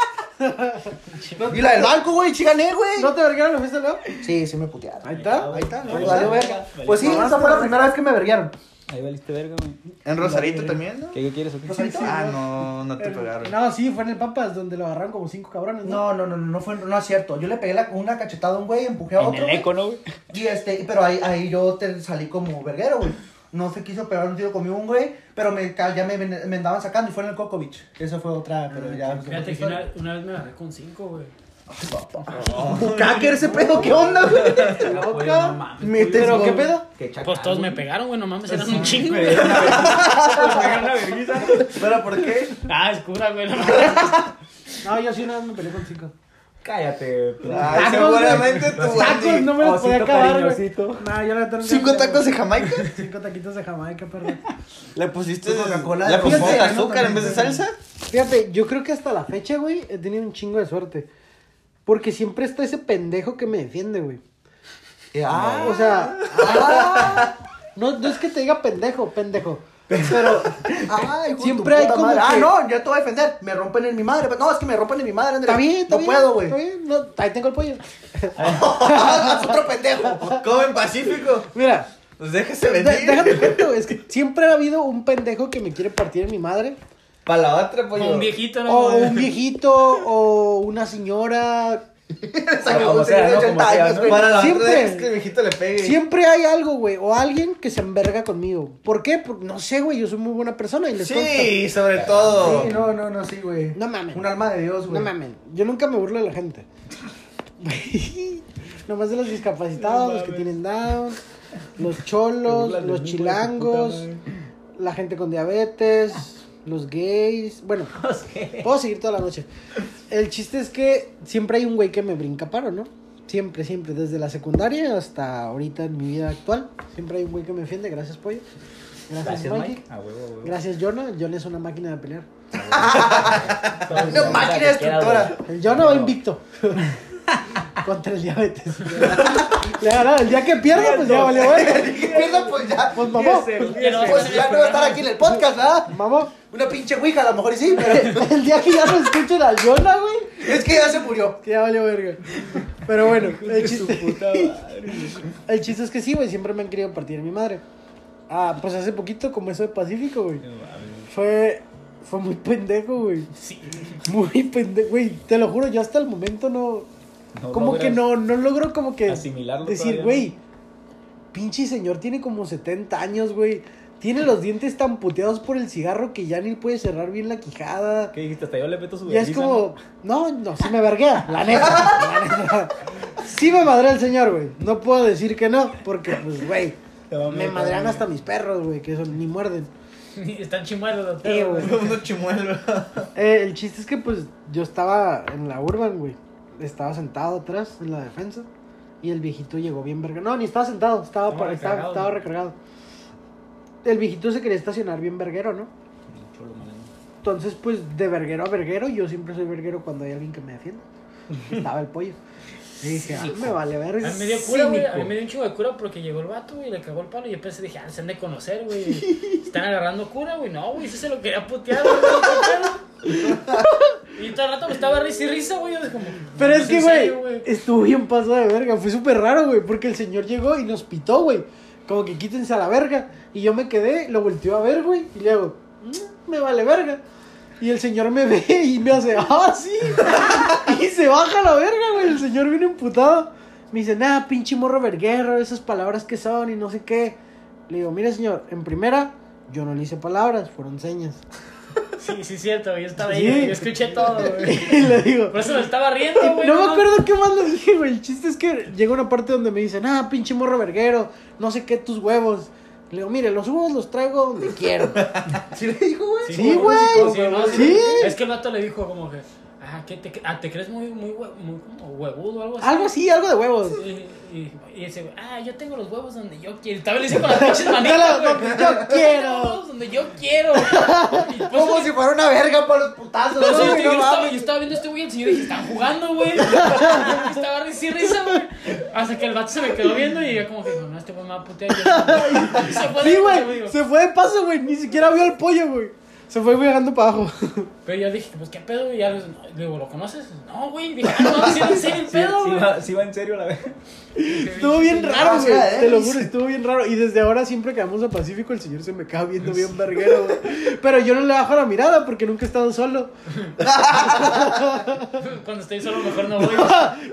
y la del banco, güey, sí gané, güey. ¿no te vergaron en la fiesta de Leo? Sí, sí me putearon. Ahí está. Ahí está, Ahí güey, valió está. verga. Pues sí, Valió. esa fue la primera vez que me verguiaron. Ahí valiste verga, güey. ¿En Rosarito también? no? ¿Qué, qué quieres o qué? Ah, no, no te pegaron. No, sí, fue en el Papas donde lo agarraron como cinco cabrones. No, No, no, no, no, no fue, no es cierto. Yo le pegué la- una cachetada a un güey, empujé a En otro. el güey. eco, ¿no, güey? Y este, pero ahí, ahí yo te salí como verguero, güey. No se quiso pegar un tiro conmigo un güey, pero me, ca- ya me, ven- me andaban sacando y fue en el Kokovich. Esa fue otra, pero ya. Ah, Fíjate que una, una vez me agarré con cinco, güey. Bucaker ese pedo, ¿qué onda, güey? Oye, no mames. Me te- pero ¿qué pedo? Pues todos me pegaron, güey, no mames, eran un chingo. Me dieron una vergüenza, me dieron una vergüenza. ¿Pero por qué? Ah, es cura, (laughs) güey. no mames. No, yo sí una vez me peleé con cinco. Cállate, pinche. Tacos, Ay, Ah, seguramente tu Tacos, Andy. no me los podía Osito acabar, güey. cariñosito. No, yo la neta no ¿Cinco me- tacos de Jamaica? (laughs) Cinco taquitos de Jamaica, perro. ¿Le pusiste Coca-Cola de ¿Le pusiste Coca-Cola, ¿no? azúcar en vez de salsa? Fíjate, yo creo que hasta la fecha, güey, he tenido un chingo de suerte. Porque siempre está ese pendejo que me defiende, güey. Ah, O sea, ah, (laughs) no, no es que te diga pendejo, pendejo. Pero (laughs) Ay, Siempre hay como Ah, que- no, yo te voy a defender. Me rompen en mi madre. pero- No, es que me rompen en mi madre, Andrés. está bien, está No bien. puedo, güey. (laughs) está Ah, bien, no, ahí tengo el pollo. Es otro pendejo. ¿Cómo en Pacífico? Mira, Pues déjese de- venir. déjate cuento, güey, es que siempre ha habido un pendejo que me quiere partir en mi madre. Para la otra, pollo. Como un viejito, ¿no? O güey? un viejito, o una señora. Saca como un sea, señor de ¿no? Como 80 sea, años, ¿no? güey. Para la Siempre. otra es que el viejito le pegue. Siempre hay algo, güey, o alguien que se enverga conmigo. ¿Por qué? Porque no sé, güey, yo soy muy buena persona y les consta. Sí, sobre todo. Sí, no, no, no, sí, güey. No mames. Un alma de Dios, No güey. mames, yo nunca me burlo de la gente. (laughs) Nomás de los discapacitados, los que tienen down, los cholos, burlas de los mí, güey, chilangos, tu puta la gente con diabetes, los gays. (laughs) Bueno, puedo seguir toda la noche. El chiste es que siempre hay un güey que me brinca paro, ¿no? Siempre, siempre, desde la secundaria hasta ahorita en mi vida actual, siempre hay un güey que me defiende. Gracias, Pollo. Gracias, Gracias, Mikey. Mike. A huevo, a huevo. Gracias, Jonah. Jonah es una máquina de pelear. Una máquina destructora. (laughs) El Jonah va invicto. (laughs) contra el diabetes. (laughs) Claro, el día que pierda, pues ya valió, güey. (laughs) Que pierda, pues ya. Pues mamó, Pues ya no va a estar aquí en el podcast, ¿verdad? mamó. (laughs) Una pinche ouija, a lo mejor y sí, pero El día que ya no escuchen al Yona, güey, es que ya se murió. que ya valió verga. Pero bueno, el chiste, (laughs) el chiste es que sí, güey, siempre me han querido partir mi madre. Ah, pues hace poquito, como eso de Pacífico, güey. Fue, fue muy pendejo, güey. Muy pendejo, güey. Te lo juro, yo hasta el momento no... como que no, no logro como que asimilarlo. decir, todavía, güey, pinche señor tiene como 70 años, güey. Tiene los dientes tan puteados por el cigarro que ya ni puede cerrar bien la quijada. ¿no? ¿Qué dijiste? Hasta yo le meto su Ya es vergüenza, como, no, no, sí me verguea, la neta, la neta. Sí me madrea el señor, güey. No puedo decir que no, porque, pues, güey, Te va a me meter, madrean güey. hasta mis perros, güey, que son, ni muerden. (laughs) Están chimuelos los Eh, perros. güey. Uno chimuelo. Eh, el chiste es que, pues, yo estaba en la urban, güey. Estaba sentado atrás en la defensa. Y el viejito llegó bien verga. No, ni estaba sentado, estaba, Estaba para- estaba- recargado, estaba ¿no? recargado. El viejito se quería estacionar bien verguero, ¿no? Cholo, madre. Entonces, pues, de verguero a verguero, yo siempre soy verguero cuando hay alguien que me (laughs) defienda. Estaba el pollo. Y dije, ah, me vale verga. A mí me dio cura, güey. A mí Cínico. me dio un chingo de cura porque llegó el vato, güey, le cagó el palo y yo pensé, dije, ah, se han de conocer, güey. (laughs) Están agarrando cura, güey. No, güey, ese se lo quería putear, güey. ¿qué pedo? Y todo el rato me estaba risa y risa, güey. Yo como, Pero no es que, en serio, güey, estuvo bien pasado de verga. Fue súper raro, güey, porque el señor llegó y nos pitó, güey. Como que quítense a la verga. Y yo me quedé, lo volteó a ver, güey, y le hago, "Mm, me vale verga. Y el señor me (laughs) ve y me hace, ah, sí. (laughs) y se baja a la verga, güey. El señor viene emputado. Me dice, nah, pinche morro verguero, esas palabras que son y no sé qué. Le digo, mire, señor, en primera, yo no le hice palabras, fueron señas. (laughs) Sí, sí, cierto, güey. Yo estaba Sí. ahí, yo escuché todo, güey. y le digo, Por eso me estaba riendo, güey. no me acuerdo qué más le dije, güey. El chiste es que llegó una parte donde me dicen, ah, pinche morro verguero, no sé qué tus huevos. Le digo, mire, los huevos los traigo donde quiero. ¿Sí le dijo, güey? Sí, güey. Sí, no, sí. Sí. Es que el vato le dijo como que, ah, ¿qué te, ah, ¿te crees muy, muy, hue- muy como huevudo o algo así? algo así, algo de huevos. Y, y, y ese güey, ah, yo tengo los huevos donde yo quiero. También le hice con las pinches Yo, manitas, lo- güey. lo- yo Tengo los quiero. huevos donde yo quiero. Y pues, Como si fuera una verga para los putazos, pues, yo, güey. yo No estaba, yo mames. estaba viendo a este güey y el señor dije, están jugando, güey. (laughs) estaba risa y risa, güey. Hasta que el vato se me quedó viendo y yo como que, no, este güey me va a putear. Y yo, se fue de- Sí, se fue, güey. digo. Se fue de paso, güey. Ni siquiera vio al pollo, güey. Se fue viajando para abajo. Pero yo dije, pues, ¿qué pedo? güey? Y ya les- no, le digo, ¿lo conoces? No, güey. Dije, ah, no, sí, no sé el Sí, pedo, sí güey. va, sí va en serio la vez. (laughs) Estuvo bien raro, sí, güey. eh. Te lo juro, estuvo bien raro. Y desde ahora, siempre que vamos a Pacífico, el señor se me acaba viendo bien verguero, güey. Pero yo no le bajo la mirada porque nunca he estado solo. Cuando estoy solo, mejor no voy.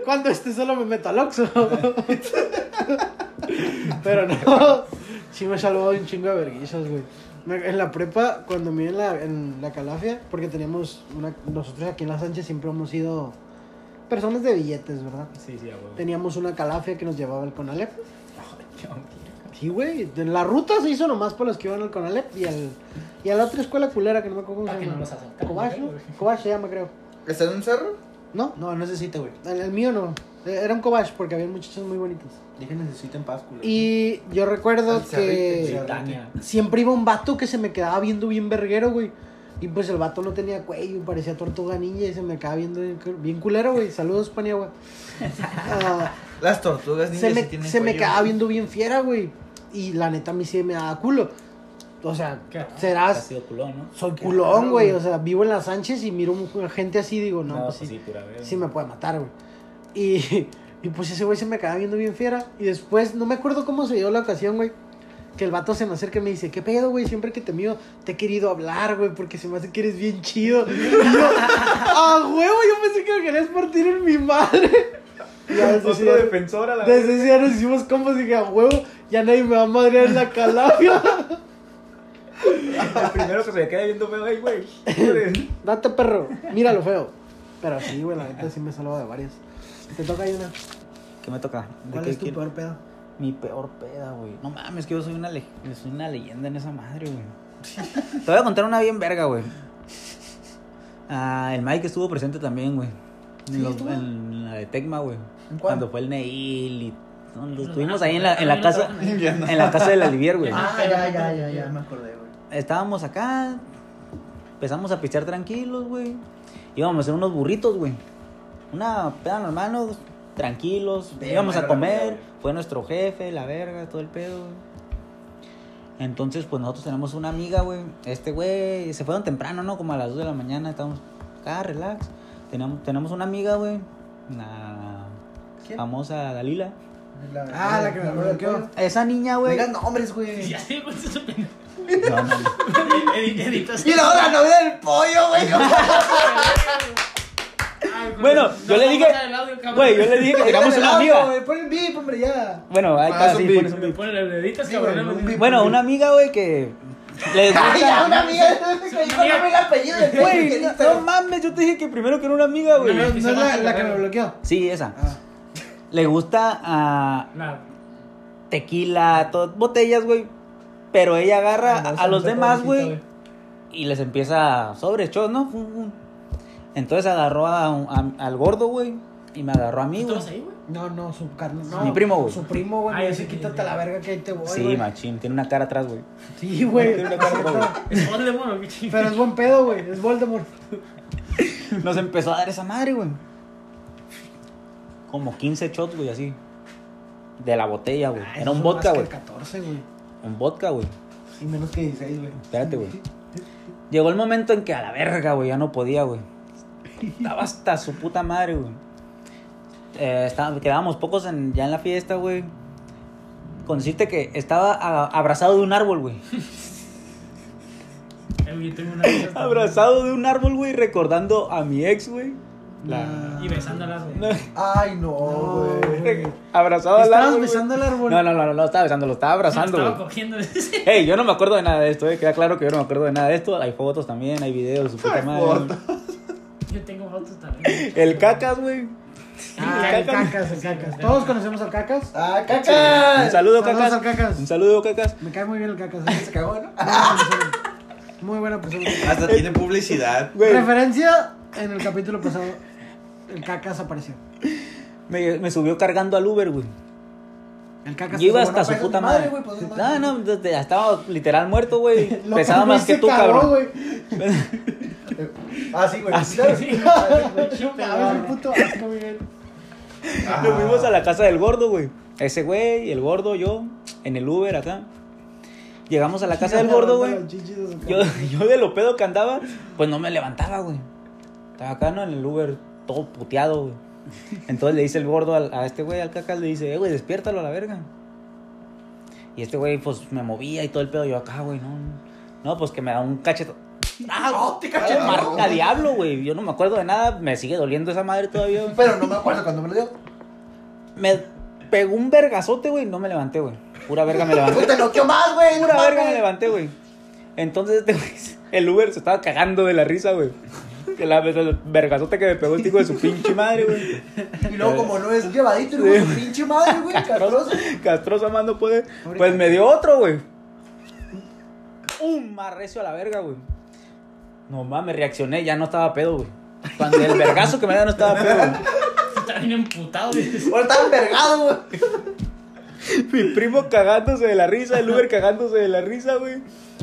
Cuando esté solo me meto al Oxxo. (laughs) Pero no. Sí me salvó de un chingo de verguizas, güey. Me- En la prepa, cuando me iba en la, en la calafia, porque teníamos una... Nosotros aquí en la Sánchez siempre hemos sido personas de billetes, ¿verdad? Sí, sí, a huevo. Teníamos una calafia que nos llevaba al Conalep. Sí, güey. de- La ruta se hizo nomás para los que iban al Conalep y, al, y a la otra escuela culera que no me acuerdo cómo Para se que llama. no los asaltaran, Cobach, ¿no? güey. Cobach se llama, creo. ¿Está en un cerro? ¿No? No, necesito, güey. El, el mío no. Eh, Era un cobach porque había muchachas muy bonitas. Dije necesito en paz, culo. Y yo recuerdo Al cerrito, que cerrito. Tania. siempre iba un vato que se me quedaba viendo bien verguero, güey. Y pues el vato no tenía cuello, parecía tortuga ninja y se me quedaba viendo bien cul- bien culero, güey. Saludos, Paniagua. Ah, Las tortugas niñas se sí me, tienen se me cuello. quedaba viendo bien fiera, güey. Y la neta a mí sí me daba culo. O sea, Qué Ha serás... sido culón, ¿no? Soy culón, güey. O sea, vivo en la Sánchez y miro un- gente así digo, no, No, pues sí, sí. sí, pura verga. sí me puede matar, güey. Y, (laughs) y pues ese güey se me acaba viendo bien fiera. Y después, no me acuerdo cómo se dio la ocasión, güey. Que el vato se me acerca y me dice, ¿qué pedo, güey? Siempre que te miro, te he querido hablar, güey, porque se me hace que eres bien chido. Y yo, (laughs) ¡ah, huevo! Yo pensé que me querías partir en mi madre. Y (laughs) ya desde ese Otro día- defensor a la vez. desde ese día nos hicimos compas y dije, ¡a huevo! Ya nadie me va a madrear en la calabria. (laughs) El primero que se le queda viendo feo, ay, (laughs) güey. Joder. Date, perro. Míralo feo. Pero sí, güey, la neta sí me salva de varias. Te toca ahí una. ¿Qué me toca? ¿De ¿Cuál qué es tu quiero? peor pedo? Mi peor peda, güey. No mames, que yo soy una, le- soy una leyenda en esa madre, güey. Te voy a contar una bien verga, güey. Ah, el Mike estuvo presente también, güey. En, los- en la de Tecma, güey. Cuando fue el Neil y... no, lo Pues estuvimos ahí en la, en la casa en la casa del Alivier, güey. Ah, ya, ya, ya, ya, me acordé, güey. Estábamos acá, empezamos a pistear tranquilos, güey. Íbamos a hacer unos burritos, güey. Una peda normal, ¿no? tranquilos, Bien, íbamos a bueno, la comer, verga, güey. fue nuestro jefe, la verga, todo el pedo. güey. Entonces, pues nosotros tenemos una amiga, güey. Este güey, se fueron temprano, ¿no? Como a las 2 de la mañana, estábamos acá, relax. Tenemos, tenemos una amiga, güey. La ¿Quién? famosa Dalila. Ah, la que me bloqueó. Esa niña, No güey. digas nombres, güey. Ya sé, güey, eso es un pendejo. No, no, no. (laughs) Edi- editas. Y luego la novia del pollo, (laughs) güey. Ay, güey. Bueno, yo le vamos dije- a dar el audio, cabrón. Güey, yo le dije que tengamos una amiga. Pon el beep, hombre, ya. Bueno, ahí Ah, está, es un sí, beat. pones un Me beat. pone las deditas, Sí, cabrón. güey, güey. un beat. Bueno, una amiga, güey, que (laughs) les Ay, gusta. ya, una amiga. que dijo, no me el apellido del pollo. Güey, que no, dice- no mames, yo te dije que primero que era una amiga, güey. No, No, no es la, la que me bloqueó. Sí, esa. Ah. Le gusta a Nada. tequila, to- botellas, güey. Pero ella agarra a- a los demás, güey, y les empieza sobre chos, ¿no? Fum, fum. Entonces agarró a un- a- al gordo, güey, y me agarró a mí, ¿Tú güey. vas ahí, güey? No, no, su carne. No, Mi primo, güey. Su primo, güey. Ah, me ya dice, sé que- quítate la verga que ahí te voy. Sí, güey". machín, tiene una cara atrás, güey. Sí, güey. Tiene (laughs) una cara atrás, güey. Es Voldemort, o qué chingados? Pero es buen pedo, güey. Es Voldemort. Nos empezó a dar esa madre, güey. Como 15 shots, güey, así. De la botella, güey. Era un Son vodka, más que güey. 14, güey. Un vodka, güey. Y menos que 16, güey. Espérate, güey. Llegó el momento en que a la verga, güey, ya no podía, güey. Estaba hasta su puta madre, güey. Eh, estaba- quedábamos pocos en- ya en la fiesta, güey. Con decirte que estaba a- abrazado de un árbol, güey. Eh, güey, yo tengo una de esas también. Abrazado de un árbol, güey, recordando a mi ex, güey. La... Y besándolas, güey. (laughs) Ay, no, güey. Abrazado al árbol. Estabas güey. besando al árbol. No, no, no, no, no estaba besando, lo estaba abrazando, Estaba güey. cogiendo. (laughs) Ey, yo no me acuerdo de nada de esto, eh. Queda claro que yo no me acuerdo de nada de esto. Hay fotos también, hay videos, su puta madre. Yo tengo fotos también. El cacas, güey. Ah, el Cacas. cacas, el cacas. Todos conocemos al cacas. Ah, Un caca. saludo, Saludos cacas. al Cacas. Un saludo, cacas. Me cae muy bien el cacas. ¿eh? Se cagó, ¿no? Muy buena persona. Hasta tiene publicidad. Güey, Referencia en el capítulo pasado. El cacas apareció. me, me subió cargando al Uber, güey. El cacas. Yo iba estuvo hasta pues, su puta madre, madre. güey, pues, No, madre. no, desde- ya estaba literal muerto, güey. (laughs) bueno. Lo Pesaba más que se tú, cagó, cabrón. güey. Ah, sí, güey. Claro. (laughs) Ah, No mames, el puto asco, Miguel. Nos fuimos a la casa del gordo, güey. Ese güey, el gordo, yo, en el Uber acá. Llegamos a la casa del gordo, güey. Yo, yo de lo pedo que andaba, pues no me levantaba, güey. Estaba acá, ¿no? En el Uber, todo puteado, güey. Entonces le dice el gordo al- a este güey, al cacas, le dice, eh, güey, despiértalo a la verga. Y este güey, pues me movía y todo el pedo. Yo acá, güey, no. No, pues que me da un cacheto. ¡Ah! te cachetaron! Marca diablo, güey. Yo no me acuerdo de nada. Me sigue doliendo esa madre todavía. güey. Pero no me acuerdo cuando me lo dio. Me pegó un vergazote, güey. No me levanté, güey. Pura verga me levanté. Pues te noqueó más, güey. No (laughs) Pura verga me mames. levanté, güey. Entonces este güey, el Uber se estaba cagando de la risa, güey. Que la el vergazote que me pegó el tico de su pinche madre, güey. Y luego, como no es llevadito, y luego, pinche madre, güey. (laughs) Castroso. Castroso más no puede. Pues me dio otro, güey. Un más recio a la verga, güey. No mames, reaccioné, ya no estaba pedo, güey. Cuando el vergazo que me da no estaba pedo, güey. Está bien emputado, güey. Ahora estaba envergado, güey. Mi primo cagándose de la risa, el Uber cagándose de la risa, güey.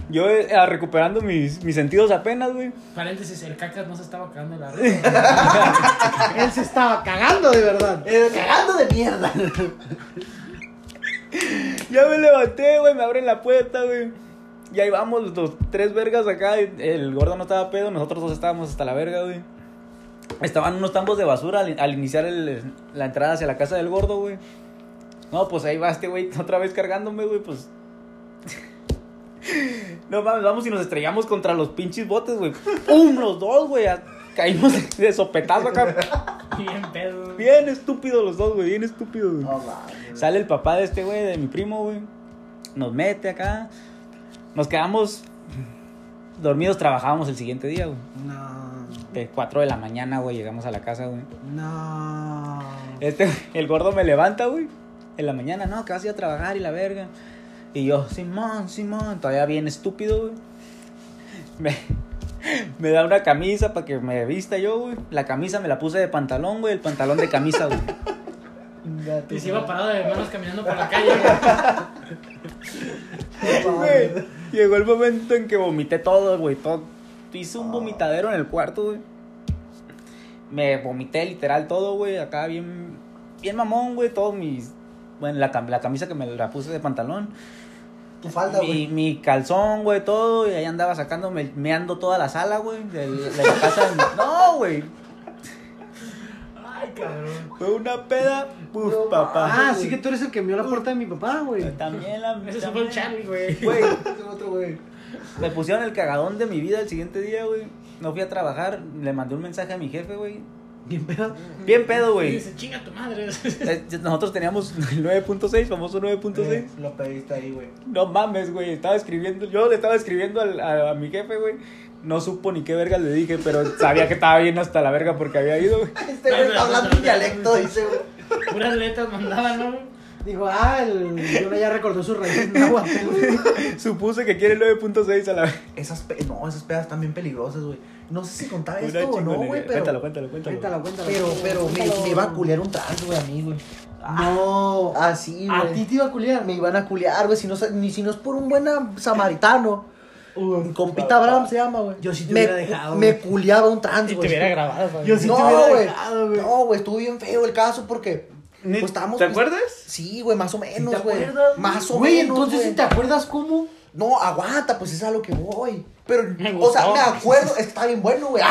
Yo eh, recuperando mis, mis sentidos apenas, güey. Paréntesis, el cacas no se estaba cagando la (laughs) ropa. Él se estaba cagando de verdad. Eh, Cagando de mierda. Ya me levanté, güey, me abren la puerta, güey. Y ahí vamos, los dos- tres vergas acá. y El gordo no estaba pedo, nosotros dos estábamos hasta la verga, güey. Estaban unos tambos de basura al, al iniciar el- la entrada hacia la casa del gordo, güey. No, pues ahí va este güey (laughs) otra vez cargándome, güey, pues. (laughs) No mames, vamos y nos estrellamos contra los pinches botes, güey. (laughs) ¡Pum! Los dos, güey. a- Caímos (laughs) de sopetazo acá. Bien pedo. Bien estúpidos los dos, güey. Bien estúpidos, güey. No mames. Sale el papá de este güey, de mi primo, güey. Nos mete acá. Nos quedamos dormidos, trabajábamos el siguiente día, güey. No. De 4 de la mañana, güey, llegamos a la casa, güey. No. Este, (laughs) el gordo me levanta, güey. En la mañana, no, que vas a ir a trabajar y la verga. Y yo, Simón, Simón, todavía bien estúpido, güey. (laughs) Me, me da una camisa para que me vista yo, güey. La camisa me la puse de pantalón, güey. El pantalón de camisa, güey. Y se iba parado de manos caminando por la calle, (laughs) güey. Güey, (laughs) llegó el momento en que vomité todo, güey. Todo. Hice Ah. un vomitadero en el cuarto, güey. Me vomité literal todo, güey. Acá bien, bien mamón, güey. Todos mis. Bueno, la, cam- la camisa que me la puse de pantalón. Tu Ah, falda, mi, (laughs) güey. mi calzón, güey, todo. Y ahí andaba sacándome, meando toda la sala, güey. De, de la casa. de (laughs) mi- No, güey. Fue una peda. Uf, papá. Ah, sí que tú eres el que mió la puerta de mi papá, güey. (laughs) También la. Ese fue el Charlie, güey. Güey, Ese otro, güey. me pusieron el cagadón de mi vida el siguiente día, güey. No fui a trabajar, le mandé un mensaje a mi jefe, güey. Bien pedo. Bien pedo, Y (laughs) güey. dice, chinga tu madre. Eh, Nosotros teníamos (laughs) el 9.6, famoso 9.6. Eh, lo pediste ahí, güey. No mames, güey, estaba escribiendo, yo le estaba escribiendo al- a, a mi jefe, güey. No supo ni qué verga le dije, pero sabía que estaba bien hasta la verga porque había ido, güey. Este güey está hablando un dialecto, dice, güey. Puras letras mandaban, ¿no? güey? Dijo, ah, el Yona ya recordó su raíz náhuatl. (laughs) Supuse que quiere 9.6 a la verga. Esas pe- No, esas pedas están bien peligrosas, güey. No sé si contaba Una esto o no, chingonería. güey, Cuéntalo, pero... cuéntalo, cuéntalo. Cuéntala, cuéntala. Pero, pero me, me iba a culear un trans, güey, a mí, güey. No. Ah, sí, ¿A ti güey. te iba a culiar? Me iban a culear, güey, si no, sa- ni si no es por un buen samaritano. Un compita Abraham se llama, güey. Yo sí te me, hubiera dejado, Me güey. culeaba un trans, Y te güey. hubiera grabado, güey. Yo sí te No, hubiera güey. dejado, güey. No, güey, estuvo bien feo el caso porque... Ni- Pues estábamos... ¿Te acuerdas? Sí, güey, más o menos, güey. acuerdas? Más o Güey, menos, entonces güey. si te acuerdas cómo. No, aguanta, pues es a lo que voy. Pero, Me o sea, gustó. me acuerdo, está bien (laughs) bueno, güey.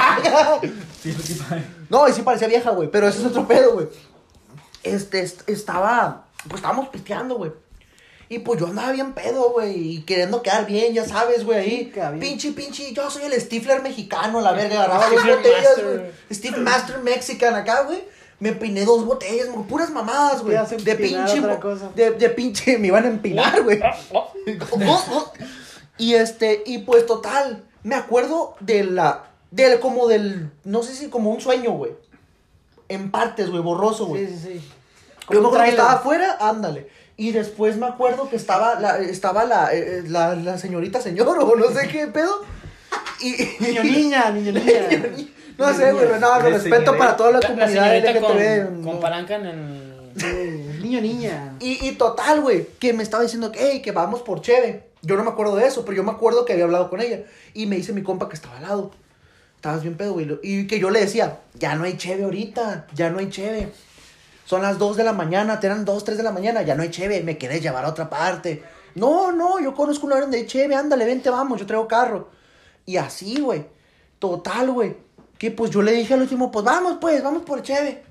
no, y sí parecía vieja, güey, pero eso es otro pedo, güey. Este, est- estaba, pues estábamos pisteando, güey. Y pues yo andaba bien pedo, güey, y queriendo quedar bien, ya sabes, güey, Sí, ahí. queda bien. Pinche, pinche, yo soy el Stifler mexicano, la verga, agarraba dos Stifler botellas, Master, güey. Steve Master Mexican acá, güey. Me empiné dos botellas, güey, puras mamadas, güey. Te hace De empinar pinche, otra mo- cosa. de, de pinche, me iban a empinar, güey. Oh, Y este, y pues total, me acuerdo de la, del, como del, no sé si como un sueño, güey. En partes, güey, borroso, güey. Sí, sí, sí. Yo me un acuerdo que tráiler. estaba afuera, ándale. Y después me acuerdo que estaba la, estaba la, eh, eh, la, la señorita señor o no sé qué pedo. Y, Niño (laughs) niña, niño niña. no sé, güey, no, Le respeto señalé. para toda la La- La comunidad señorita LGTB. con, no. con palanca en el... Eh, Niño niña. Y, y total, güey, que me estaba diciendo que, "Ey, que vamos por Cheve. Yo no me acuerdo de eso, pero yo me acuerdo que había hablado con ella. Y me dice mi compa que estaba al lado. Estabas bien pedo, güey. Y que yo le decía, ya no hay Cheve ahorita, ya no hay Cheve. Son las 2 de la mañana, te eran 2, 3 de la mañana, ya no hay Cheve, me querés llevar a otra parte. No, no, yo conozco una hora donde hay Cheve, ándale, vente, vamos, yo traigo carro. Y así, güey. Total, güey. Que pues yo le dije al último, pues vamos, pues, vamos por Cheve.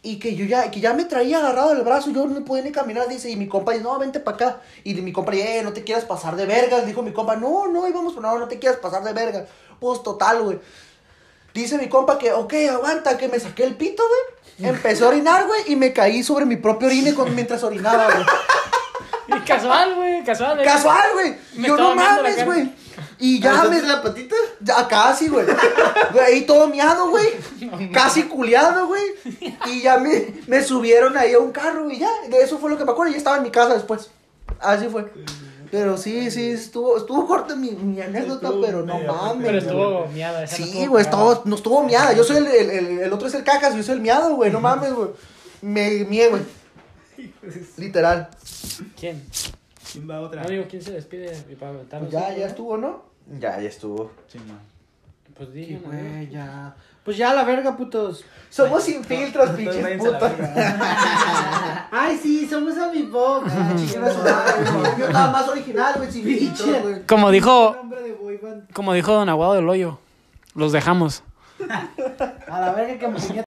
Y que yo ya, que ya me traía agarrado el brazo, yo no podía ni caminar, dice, y mi compa dice, no, vente para acá. Y mi compa dice, eh, no te quieras pasar de vergas, dijo mi compa, no, no, íbamos, no, no te quieras pasar de vergas. Pues total, güey. Dice mi compa que, ok, aguanta, que me saqué el pito, güey. Empecé a orinar, güey, y me caí sobre mi propio orine con- mientras orinaba, güey. Y (laughs) casual, güey, casual. eh. Casual, güey. Me Yo estaba no meando la mames, cara. güey. Y ya me... la patita? Ya, casi, güey. Güey, ahí todo miado, (laughs) güey. Casi culiado, güey. Y ya me, me subieron ahí a un carro y ya. De eso fue lo que me acuerdo. Ya estaba en mi casa después. Así fue. Pero sí, sí, estuvo, estuvo corta mi, mi anécdota, Estuvo pero no media, mames. Pero güey. estuvo miada. esa no Sí, estuvo güey, cagada. estuvo, no estuvo miada. Yo soy el, el, el- el otro es el cacas, yo soy el miado, güey. No mames, güey. Me mié, güey. Literal. ¿Quién? ¿Quién va otra? No digo quién se despide y para aventarlos. Ya, ya estuvo, ¿no? Ya, ya estuvo. Simón. Pues di, Sí, ¿no? güey, ya. Pues ya la verga, putos. Somos sin filtros, Entonces, pinches váyanse a la putos. verga. Ay, sí, somos a mi pop. Yo estaba más original, güey, sin filtros, güey. Como dijo, Nombre de boy band. como dijo Don Aguado del Hoyo, los dejamos. A la verga que me enseñé